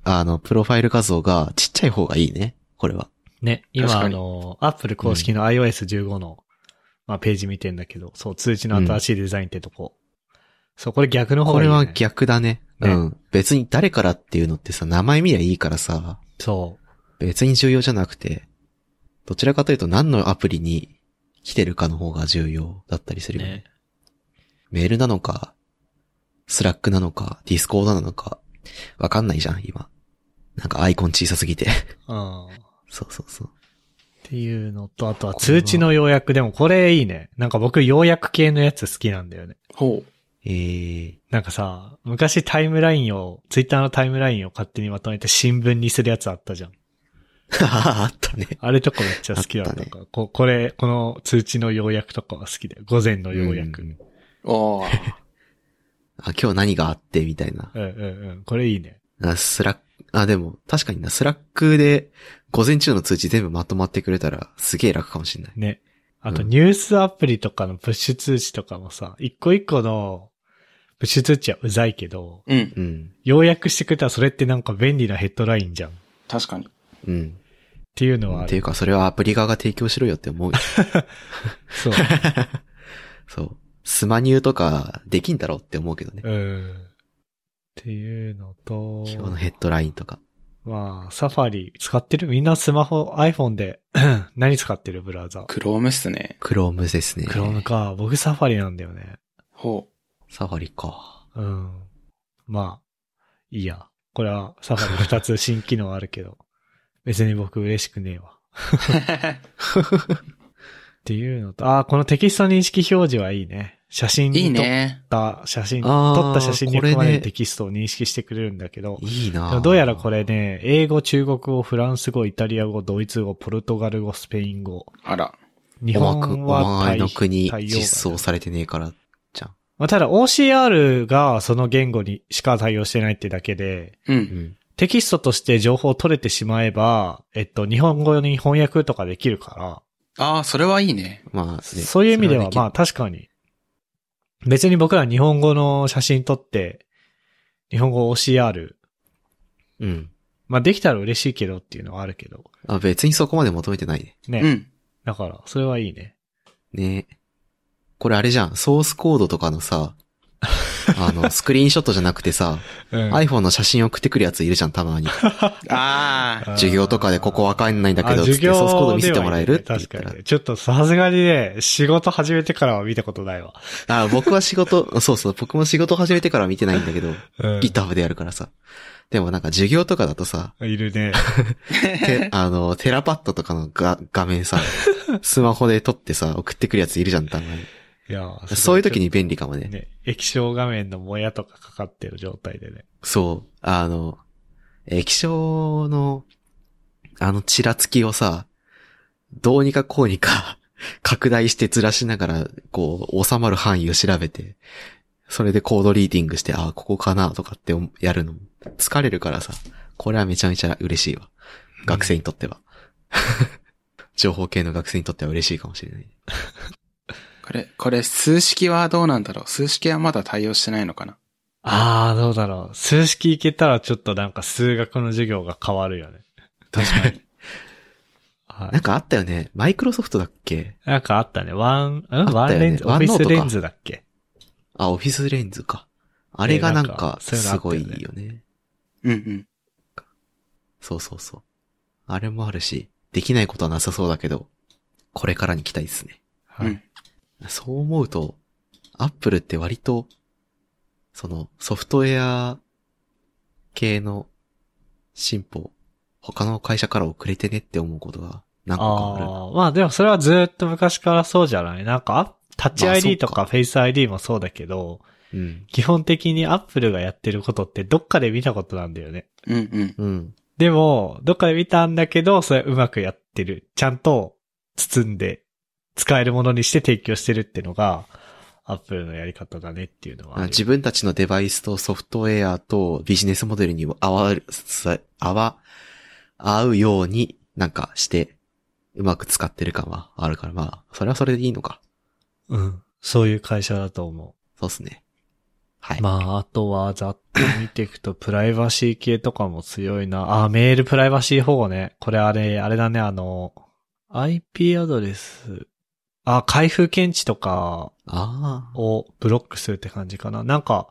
Speaker 2: あの、プロファイル画像がちっちゃい方がいいね。これは。
Speaker 3: ね、今
Speaker 1: 確
Speaker 3: あ
Speaker 1: かに
Speaker 3: の、アップル公式の iOS15 の、まあページ見てんだけど、そう、通知の新しいデザインってとこ。そう、これ逆の方
Speaker 2: こ
Speaker 3: がいい、
Speaker 2: れ
Speaker 3: ね。
Speaker 2: は。逆だね。
Speaker 3: ね
Speaker 2: うん。別に誰からっていうのってさ、名前見りゃいいからさ、
Speaker 3: そう。
Speaker 2: 別に重要じゃなくて、どちらかというと何のアプリに来てるかの方が重要だったりするよね。
Speaker 3: ね。
Speaker 2: メールなのか、スラックなのか、ディスコードなのか、わかんないじゃん、今。なんかアイコン小さすぎて。
Speaker 3: うん。っ
Speaker 2: そうそうそう。
Speaker 3: ていうのと、あとは通知の要約。でもこれいいね。なんか僕要約系のやつ好きなんだよね。
Speaker 1: ほう。
Speaker 2: えー、
Speaker 3: なんかさ、昔タイムラインを、ツイッターのタイムラインを勝手にまとめて新聞にするやつあったじゃん。
Speaker 2: あったね。
Speaker 3: あれとかめっちゃ好きだった
Speaker 2: あ
Speaker 3: か
Speaker 2: っ
Speaker 3: ら、こ、これ、この通知の要約とかは好きだよ。午前の要約。
Speaker 2: う
Speaker 3: うん
Speaker 1: あ
Speaker 3: ん
Speaker 1: あ。
Speaker 2: あ、今日何があって、みたいな。
Speaker 3: うんうん。これいいね。
Speaker 2: あ、スラック、あ、でも、確かにな、スラックで、午前中の通知全部まとまってくれたら、すげえ楽かもしんない。
Speaker 3: ね。あと、
Speaker 2: うん
Speaker 3: ニュースアプリとかのプッシュ通知とかもさ、一個一個のプッシュ通知はうざいけど、
Speaker 1: うん。
Speaker 2: うん。
Speaker 3: 要約してくれたらそれってなんか便利なヘッドラインじゃん。っ
Speaker 1: 確かに。
Speaker 2: うん。
Speaker 3: ていうのはあ
Speaker 2: ってい
Speaker 3: る。
Speaker 2: うか、それはアプリ側が提供しろよって 思うよ。
Speaker 3: そう。
Speaker 2: そう。スマニューとか、できんだろうって思うけどね。
Speaker 3: うん。っていうのと、
Speaker 2: 今日のヘッドラインとか。
Speaker 3: まあ、サファリ使ってるみんなスマホ、iPhone で 何使ってるブラウザー。
Speaker 1: クロームっすね。
Speaker 2: クロームですね。
Speaker 3: クローム。か。僕サファリなんだよね。
Speaker 1: ほ
Speaker 2: サファリか。
Speaker 3: うん。まあ、いいや。これはサファリ2つ新機能あるけど、別に僕嬉しくねえわ。
Speaker 1: う。
Speaker 3: っていうのと、ああ、このテキスト認識表示はいいね。写真
Speaker 1: いい
Speaker 3: に撮っ
Speaker 1: ね。
Speaker 3: た、写真、
Speaker 2: あー
Speaker 3: 撮った写真に含まれ
Speaker 2: これ
Speaker 3: る
Speaker 2: ね
Speaker 3: テキストを認識してくれるんだけど、
Speaker 2: いい
Speaker 3: で
Speaker 2: な
Speaker 3: もどうやらこれ。ね、英語、中国語、フランス語、イタリア語、ドイツ語、ポルトガル語、スペイン語。
Speaker 1: あら。
Speaker 3: 日
Speaker 2: おまく、お
Speaker 3: 本は
Speaker 2: 前
Speaker 3: 対
Speaker 2: の国、
Speaker 3: 対応外
Speaker 2: 実装されてねえから、じゃん。
Speaker 3: まあ、ただ OCR がその言語にしか対応してないってだけで、
Speaker 1: う。
Speaker 2: うんん。
Speaker 3: テキストとして情報を取れてしまえば、えっと、日本語に翻訳とかできるから、
Speaker 1: ああ、それはいいね。
Speaker 2: まあ、ね
Speaker 3: そういう意味では、まあ、
Speaker 2: そ
Speaker 3: 確かに。別に僕ら日本語の写真撮って、日本語 OCR、
Speaker 2: れはできるうん。
Speaker 3: まあできたら嬉しいけどっていうのはあるけど。
Speaker 2: あ、別にそこまで求めてないね。
Speaker 3: ね。
Speaker 1: うん。
Speaker 3: だから、それはいいね。
Speaker 2: ねこれあれじゃん、ソースコードとかの さ、あの、スクリーンショットじゃなくてさ、
Speaker 3: うん。
Speaker 2: iPhone の写真送ってくるやついるじゃん、た まに。
Speaker 1: ああ。
Speaker 2: 授業とかでここわかんないんだけ
Speaker 3: あ
Speaker 2: ど、つっ
Speaker 3: 授
Speaker 2: て
Speaker 3: 業
Speaker 2: ソースコード見せてもらえるって
Speaker 3: では
Speaker 2: 言っ
Speaker 3: いいね
Speaker 2: た
Speaker 3: 確
Speaker 2: ら
Speaker 3: か。に。ちょっとさすがにね、仕事始めてからは見たことないわ。
Speaker 2: あ、僕は仕事、そうそう、僕も仕事始めてから見てないんだけど、
Speaker 3: うん。
Speaker 2: GitHub でやるからさ。でもなんか授業とかだとさ、
Speaker 3: いるね。
Speaker 2: てあの、テラパッドとかのが画面さ、スマホで撮ってさ、送ってくるやついるじゃん、たまに。
Speaker 3: いや、
Speaker 2: そういう時
Speaker 3: に
Speaker 2: に便利かもね。
Speaker 3: ね、液晶画面のもやとかかかってる状態でね。
Speaker 2: そう。あの、液晶の、あの、ちらつきをさ、どうにかこうにか、 拡大してずらしながら、こう、収まる範囲を調べて、それでコードリーディングして、ああ、ここかなとかって思やるのも疲れるからさ、これはめちゃめちゃ嬉しいわ。学生にとっては。 情報系の学生にとっては嬉しいかもしれない。
Speaker 1: これ、これ、数式はどうなんだろう数式はまだ対応してないのかな
Speaker 3: ああ、どうだろう。数式いけたらちょっとなんか数学の授業が変わるよね。
Speaker 2: 確かに。
Speaker 3: は
Speaker 2: なんかあったよね。マイクロソフトだっけ
Speaker 3: い。なんかあったね。ワン、うん、
Speaker 2: ったよね
Speaker 3: ワンレンズ、オ
Speaker 2: ワン
Speaker 3: フ
Speaker 2: ノート
Speaker 3: ィ
Speaker 2: か
Speaker 3: スレンズだっけ
Speaker 2: あ、オフィスレンズか。あれがなんか、
Speaker 3: えーなんか
Speaker 2: すごい
Speaker 3: そうい
Speaker 2: よね。
Speaker 1: うんうん。
Speaker 2: そうそうそう。あれもあるし、できないことはなさそうだけど、これからに期待ですね。
Speaker 3: はい。
Speaker 1: うん
Speaker 2: そう思うと、アップルって割と、そのソフトウェア系の進歩、他の会社から遅れてねって思うことが何個かある。
Speaker 3: ああ、まあでもそれはずーっと昔からそうじゃないなんか、タッチ
Speaker 2: まあ
Speaker 3: ID と
Speaker 2: そ
Speaker 3: か
Speaker 2: う
Speaker 3: フェイス ID もそうだけど、
Speaker 2: うん。
Speaker 3: 基本的に Apple がやってることってどっかで見たことなんだよね。
Speaker 1: うんうん。
Speaker 2: うん。
Speaker 3: でも、どっかで見たんだけど、それうまくやってる。ちゃんと包んで、使えるものにして提供してるってのが、Apple のやり方だねっていうのはあるよ。
Speaker 2: 自分たちのデバイスとソフトウェアとビジネスモデルに合わる、さ合わ、合うようになんかして、うまく使ってる感はあるから、まあ、それはそれでいいのか。
Speaker 3: うん。そういう会社だと思
Speaker 2: そうっすね。は
Speaker 3: う。
Speaker 2: い。
Speaker 3: まあ、あとは、ざっと見ていくと、プライバシー系とかも強いな。あ、メールプライバシー保護ね。これあれ、あれだね、あの、IP アドレス。あ、開封検知とか
Speaker 2: ああ。
Speaker 3: をブロックするって感じかな。なんか、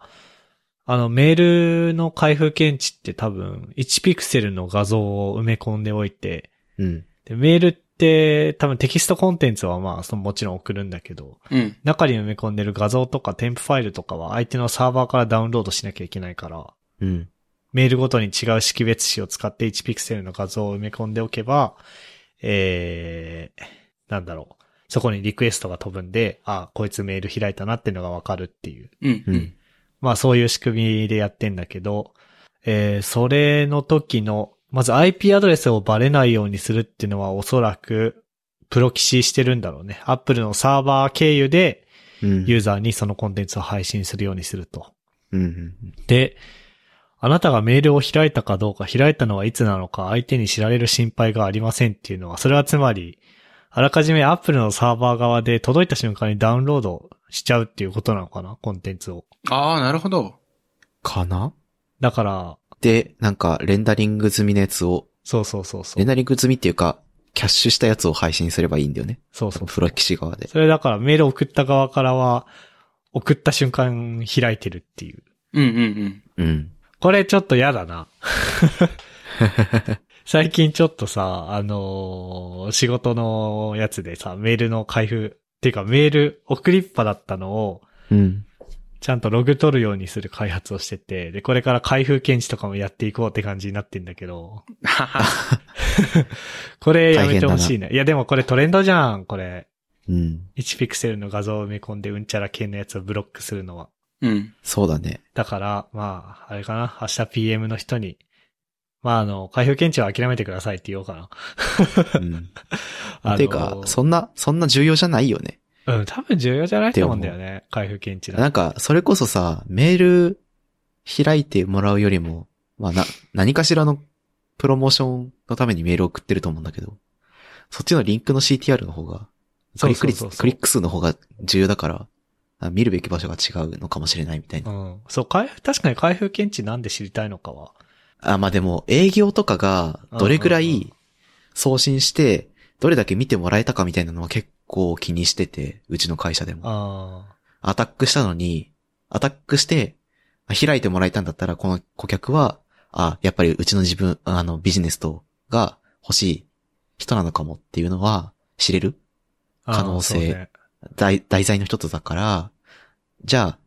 Speaker 3: あの、メールの開封検知って多分、1ピクセルの画像を埋め込んでおいて、
Speaker 2: うん。
Speaker 3: でメールって多分テキストコンテンツはまあ、そのもちろん送るんだけど、
Speaker 1: うん。
Speaker 3: 中に埋め込んでる画像とか添付ファイルとかは相手のサーバーからダウンロードしなきゃいけないから、
Speaker 2: うん。
Speaker 3: メールごとに違う識別子を使って1ピクセルの画像を埋め込んでおけば、えー、なんだろう。そこにリクエストが飛ぶんで、あ、こいつメール開いたなってのがわかるっていう。
Speaker 1: うん
Speaker 2: う
Speaker 1: うんん。。
Speaker 3: まあそういう仕組みでやってんだけど、えー、それの時の、まず IP アドレスをバレないようにするっていうのはおそらく、プロキシしてるんだろうね。Apple のサーバー経由で、
Speaker 2: うん
Speaker 3: ユーザーにそのコンテンツを配信するようにすると。
Speaker 2: うんうん
Speaker 3: で、あなたがメールを開いたかどうか、開いたのはいつなのか、相手に知られる心配がありませんっていうのは、それはつまり、あらかじめ Apple のサーバー側で届いた瞬間にダウンロードしちゃうっていうことなのかな、コンテンツを。
Speaker 1: ああ、なるほど。
Speaker 2: かな
Speaker 3: だから、
Speaker 2: で、なんか、レンダリング済みのやつを、
Speaker 3: そうそうそうそ
Speaker 2: レ
Speaker 3: う
Speaker 2: ン。ダリング済みっていうか、キャッシュしたやつを配信すればいいんだよね。
Speaker 3: そうそう
Speaker 2: プロキシ側で。
Speaker 3: それだからメールを送った側からは、送った瞬間開いてるっていう。
Speaker 1: うんうんうん。
Speaker 2: うん。
Speaker 3: これちょっと嫌だな。 最近ちょっとさ、あのー仕事のやつでさ、メールの開封、っていうかメール送りっぱだったのを、
Speaker 2: うん。
Speaker 3: ちゃんとログ取るようにする開発をしてて、で、これから開封検知とかもやっていこうって感じになってんだけど、
Speaker 1: はは。
Speaker 3: これやめてほしいね。いやでもこれトレンドじゃん、これ。
Speaker 2: うん。
Speaker 3: 1ピクセルの画像を埋め込んでうんちゃら系のやつをブロックするのは。
Speaker 1: うん。
Speaker 2: そうだね。
Speaker 3: だから、まあ、あれかな、明日 PM の人に、まああの、開封検知は諦めてくださいって言おうかな。
Speaker 2: うん。
Speaker 3: あの
Speaker 2: ていうか、そんな、そんな重要じゃないよね。
Speaker 3: うん、多分重要じゃないと思うんだよね。開封検知だ。
Speaker 2: なんか、それこそさ、メール開いてもらうよりも、まあな、何かしらのプロモーションのためにメールを送ってると思うんだけど、そっちのリンクの CTR の方が、クリック率、
Speaker 3: そうそうそうそう
Speaker 2: クリック数の方が重要だから、あ見るべき場所が違うのかもしれないみたいな
Speaker 3: う。ん。そう、開封、確かに開封検知なんで知りたいのかは。
Speaker 2: あ、まあでも、営業とかがどれくら
Speaker 3: うんうんうん
Speaker 2: い送信して、どれだけ見てもらえたかみたいなのは結構気にしてて、うちの会社でも。
Speaker 3: ああ。
Speaker 2: アタックしたのに、アタックして、あ開いてもらえたんだったら、この顧客は、あ、やっぱりうちの自分、あの、ビジネスと、が欲しい人なのかもっていうのは知れる
Speaker 3: あー
Speaker 2: 可能性
Speaker 3: そうね
Speaker 2: 題題材の一つだから、じゃあ、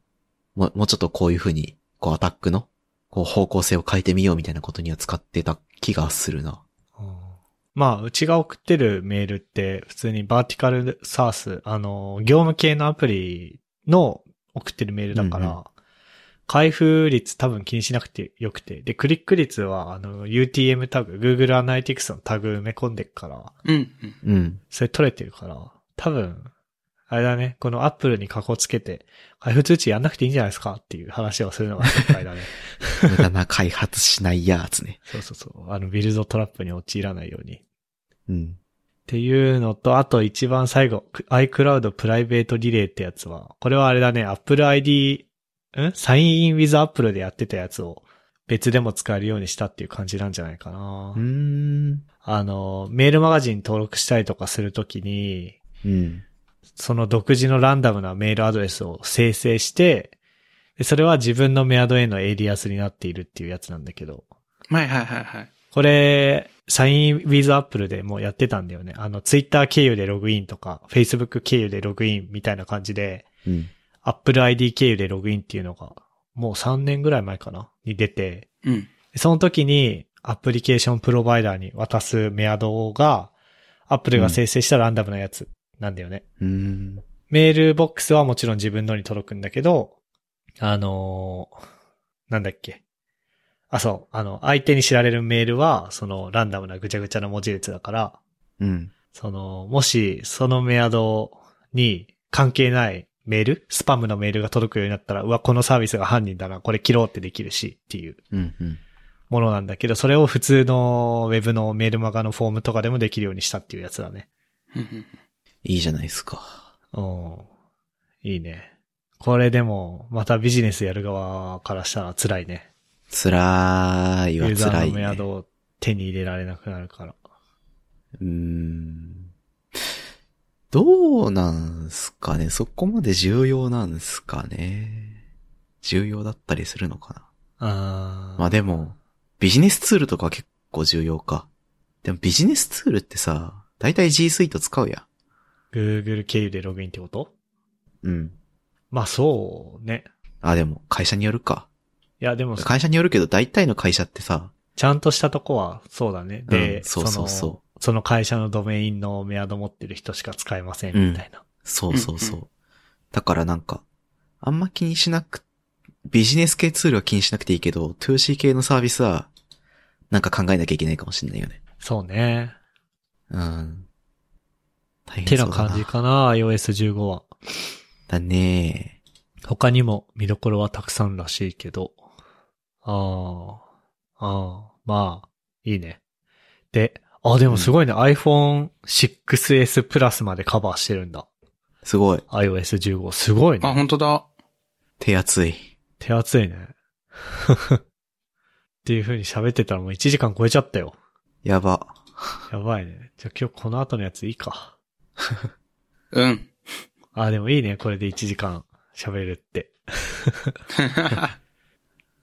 Speaker 2: もう、もうちょっとこういうふうに、こうアタックの、こう方向性を変えてみようみたいなことには使ってた気がするな。
Speaker 3: うんまあ、うちが送ってるメールって、普通にバーティカルサース、あの、業務系のアプリの送ってるメールだから、
Speaker 2: うんう
Speaker 3: 開封率多分気にしなくてよくて、で、クリック率は、あの、UTM タグ、Google Analytics のタグ埋め込んでるから、
Speaker 1: うんうん。
Speaker 2: うん。
Speaker 3: それ取れてるから、多分、あれだね、このアップルに囲つけて、開封通知やんなくていいんじゃないですかっていう話をするのが正解だね。
Speaker 2: 無駄な開発しないやつね。
Speaker 3: そうそうそう。あの、ビルドトラップに陥らないように。っ
Speaker 2: うん。
Speaker 3: ていうのと、あと一番最後、く iCloud プライベートリレーってやつは、これはあれだね、Apple ID、んサインイン with Apple でやってたやつを別でも使えるようにしたっていう感じなんじゃないかな
Speaker 2: う。ーん。
Speaker 3: あの、メールマガジン登録したりとかするときに、
Speaker 2: うん。
Speaker 3: その独自のランダムなメールアドレスを生成して、でそれは自分のメアドへのエイリアスになっているっていうやつなんだけど、
Speaker 1: はいはいはいはい。
Speaker 3: これ、サインウィズアップルでもうやってたんだよね。あの、ツイッター経由でログインとか、Facebook 経由でログインみたいな感じで、
Speaker 2: うん。
Speaker 3: Apple ID 経由でログインっていうのが、もう3年ぐらい前かなに出て、
Speaker 1: うん。
Speaker 3: でその時にアプリケーションプロバイダーに渡すメアドが、Apple が生成したランダムなやつなんだよね。
Speaker 2: うーん。
Speaker 3: メールボックスはもちろん自分のに届くんだけど、あのーなんだっけ。あ、そう。あの、相手に知られるメールは、その、ランダムなぐちゃぐちゃな文字列だから、
Speaker 2: うん。
Speaker 3: その、もし、そのメアドに関係ないメール、スパムのメールが届くようになったら、うわ、このサービスが犯人だな、これ切ろうってできるし、っていう
Speaker 2: うん。うん。
Speaker 3: ものなんだけど、それを普通のウェブのメールマガのフォームとかでもできるようにしたっていうやつだね。
Speaker 1: うんうん
Speaker 2: いいじゃないですか。
Speaker 3: うん。いいね。これでも、またビジネスやる側からしたら辛いね。
Speaker 2: 辛い
Speaker 3: ユ
Speaker 2: は
Speaker 3: ーザ
Speaker 2: 辛
Speaker 3: ー
Speaker 2: い、
Speaker 3: のメ
Speaker 2: ね。
Speaker 3: アドを手に入れられなくなるから。
Speaker 2: うーん。どうなんすかねそこまで重要なんすかね重要だったりするのかな
Speaker 3: あー
Speaker 2: まあでも、ビジネスツールとか結構重要か。でもビジネスツールってさ、だいたい G Suite 使うや
Speaker 3: Google 経由でログインってこと
Speaker 2: ん。うん。
Speaker 3: まあそうね。
Speaker 2: あ、でも会社によるか。
Speaker 3: いやでも、
Speaker 2: 会社によるけど大体の会社ってさ、
Speaker 3: ちゃんとしたとこはそうだね。で、
Speaker 2: うんそうそうそう
Speaker 3: の、その会社のドメインのメアド持ってる人しか使えませんみたいな。
Speaker 2: そうそうそう。
Speaker 1: う
Speaker 2: だからなんか、あんま気にしなく、ビジネス系ツールは気にしなくていいけど、2C 系のサービスは、なんか考えなきゃいけないかもしれないよね。
Speaker 3: そうね。
Speaker 2: うん。大
Speaker 3: て
Speaker 2: 変そ
Speaker 3: な
Speaker 2: うだな。
Speaker 3: 感じかな、iOS15 は。
Speaker 2: だね
Speaker 3: 他にも見どころはたくさんらしいけど。ああ、ああ、まあ、いいね。で、あ、でもすごいね、iPhone 6S プラスまでカバーしてるんだ。
Speaker 2: すごい。
Speaker 3: iOS15。すごい
Speaker 1: あ、
Speaker 3: ね。
Speaker 1: 本当だ。
Speaker 2: 手厚い。
Speaker 3: 手厚いね。 っていう風に喋ってたらもう1時間超えちゃったよ。
Speaker 2: やば。
Speaker 3: やばいね。じゃあ今日この後のやついいか。
Speaker 1: うん。
Speaker 3: あ、でもいいね。これで1時間喋れるって。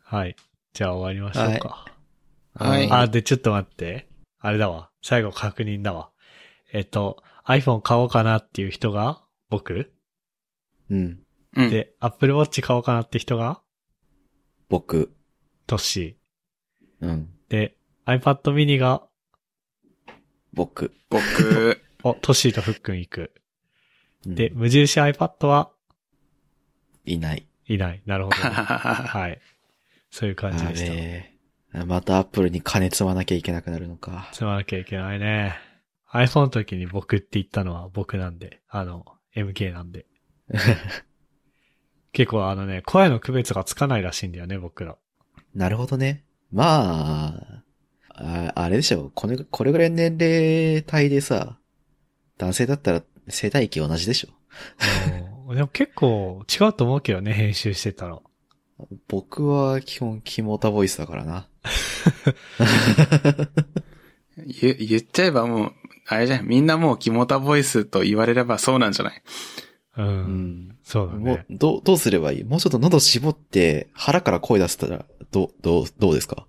Speaker 3: はい。じゃあ終わりましょうか。
Speaker 1: はい
Speaker 3: あ、で、ちょっと待って。あれだわ。最後確認だわ。えっと、iPhone 買おうかなっていう人が僕
Speaker 2: うん。
Speaker 1: うん。
Speaker 3: で、Apple Watch 買おうかなって人が
Speaker 2: 僕。
Speaker 3: トッシ
Speaker 2: うん。
Speaker 3: ー。で、iPad mini が、
Speaker 2: 僕。
Speaker 1: 僕、
Speaker 3: お、トッシーとフックン行く。
Speaker 2: うん
Speaker 3: で、、無印 iPad はい
Speaker 2: ない。
Speaker 3: いない。なるほど。 はい。そういう感じ
Speaker 2: あ
Speaker 3: でした。
Speaker 2: れーまたアップルに金積まなきゃいけなくなるのか。
Speaker 3: 積まなきゃいけないね。iPhone の時に僕って言ったのは僕なんで、あの、MK なん で。結構あのね、声の区別がつかないらしいんだよね、僕ら。
Speaker 2: なるほどね。まあ、ああれでしょこれ、これぐらいの年齢帯でさ、男性だったら生体域同じでしょ
Speaker 3: うんでも結構違うと思うけどね、編集してたら。
Speaker 2: 僕は基本キモタボイスだからな。
Speaker 1: 言言っちゃえばもう、あれじゃん。みんなもうキモタボイスと言われればそうなんじゃない
Speaker 3: うん。
Speaker 2: うん。
Speaker 3: そうだ
Speaker 2: もう
Speaker 3: ね、。
Speaker 2: どう、どうすればいいもうちょっと喉絞って腹から声出せたら、どう、どう、どうですか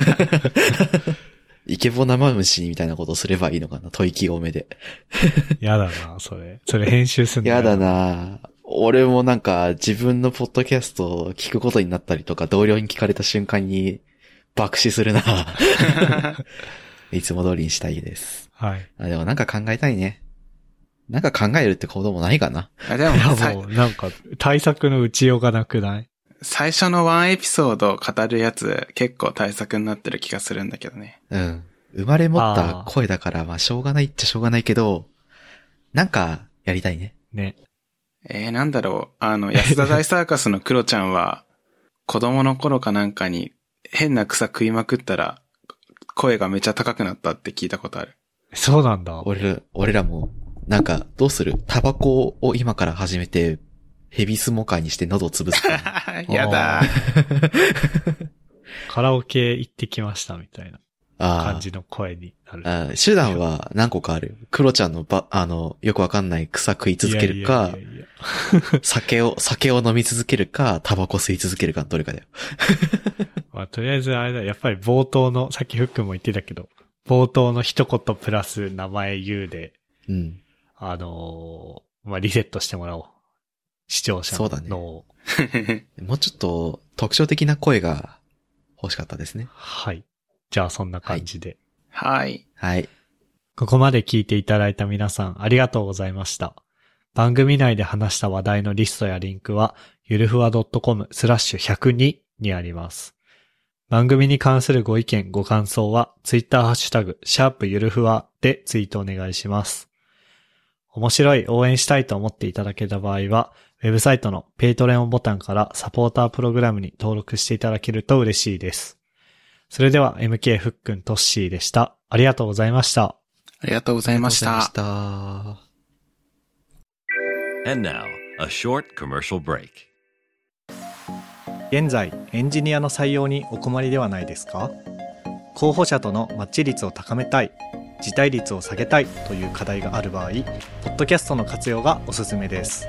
Speaker 2: イケボ生虫みたいなことすればいいのかな吐息多めで。
Speaker 3: やだな、それ。それ編集すんの
Speaker 2: やだ。なぁ俺もなんか自分のポッドキャストを聞くことになったりとか、同僚に聞かれた瞬間に爆死す るなぁいつも通りにしたいです。
Speaker 3: はい。
Speaker 2: あ、でもなんか考えたいね。なんか考えるってこともないかな。
Speaker 1: あでも
Speaker 3: いや、
Speaker 1: さ
Speaker 3: もう、なんか、対策の打ちようがなくない
Speaker 1: 最初のワンエピソードを語るやつ結構対策になってる気がするんだけどね。
Speaker 2: うん。生まれ持っ
Speaker 3: あ
Speaker 2: た
Speaker 3: ー
Speaker 2: 声だから、まあしょうがないっちゃしょうがないけど、なんか、やりたいね。
Speaker 3: ね。
Speaker 1: えー、なんだろう。あの、安田大サーカスのクロちゃんは、子供の頃かなんかに変な草食いまくったら、声がめちゃ高くなったって聞いたことある。
Speaker 3: そうなんだ。
Speaker 2: 俺ら、俺らも、なんか、どうするタバコを今から始めて、ヘビスモーカーにして喉を潰すか
Speaker 1: やだー。
Speaker 3: カラオケ行ってきましたみたいな
Speaker 2: あ
Speaker 3: 感じの声になる。
Speaker 2: あ。あ手段は何個かある。クロちゃんのば、あの、よくわかんない草食い続けるか
Speaker 3: いやい、やいやいや
Speaker 2: 酒を、酒を飲み続けるか、タバコ吸い続けるか、どれかだよ。
Speaker 3: まあ、とりあえずあれだ、やっぱり冒頭の、さっきフックも言ってたけど、冒頭の一言プラス名前言うで、
Speaker 2: うん。
Speaker 3: あのーまあ、リセットしてもらおう。視聴者
Speaker 2: そうだね
Speaker 3: の脳を、
Speaker 2: もうちょっと、特徴的な声が欲しかったですね。
Speaker 3: はい。じゃあそんな感じで。
Speaker 1: はい。
Speaker 2: はい。
Speaker 3: ここまで聞いていただいた皆さんありがとうございました。番組内で話した話題のリストやリンクは、ゆるふわ .com スラッシュ102にあります。番組に関するご意見、ご感想は、ツイッターハッシュタグ、シャープゆるふわでツイートお願いします。面白い、応援したいと思っていただけた場合は、ウェブサイトのペイトレオンボタンからサポータープログラムに登録していただけると嬉しいです。それでは MK ふっくんとっしーでした。ありがとうございました。
Speaker 1: ありがとうございまし
Speaker 2: あり
Speaker 1: た
Speaker 2: が。とうございました。
Speaker 4: And now, a short commercial break.
Speaker 3: 現在エンジニアの採用にお困りではないですか候補者とのマッチ率を高めたい辞退率を下げたいという課題がある場合ポッドキャストの活用がおすすめです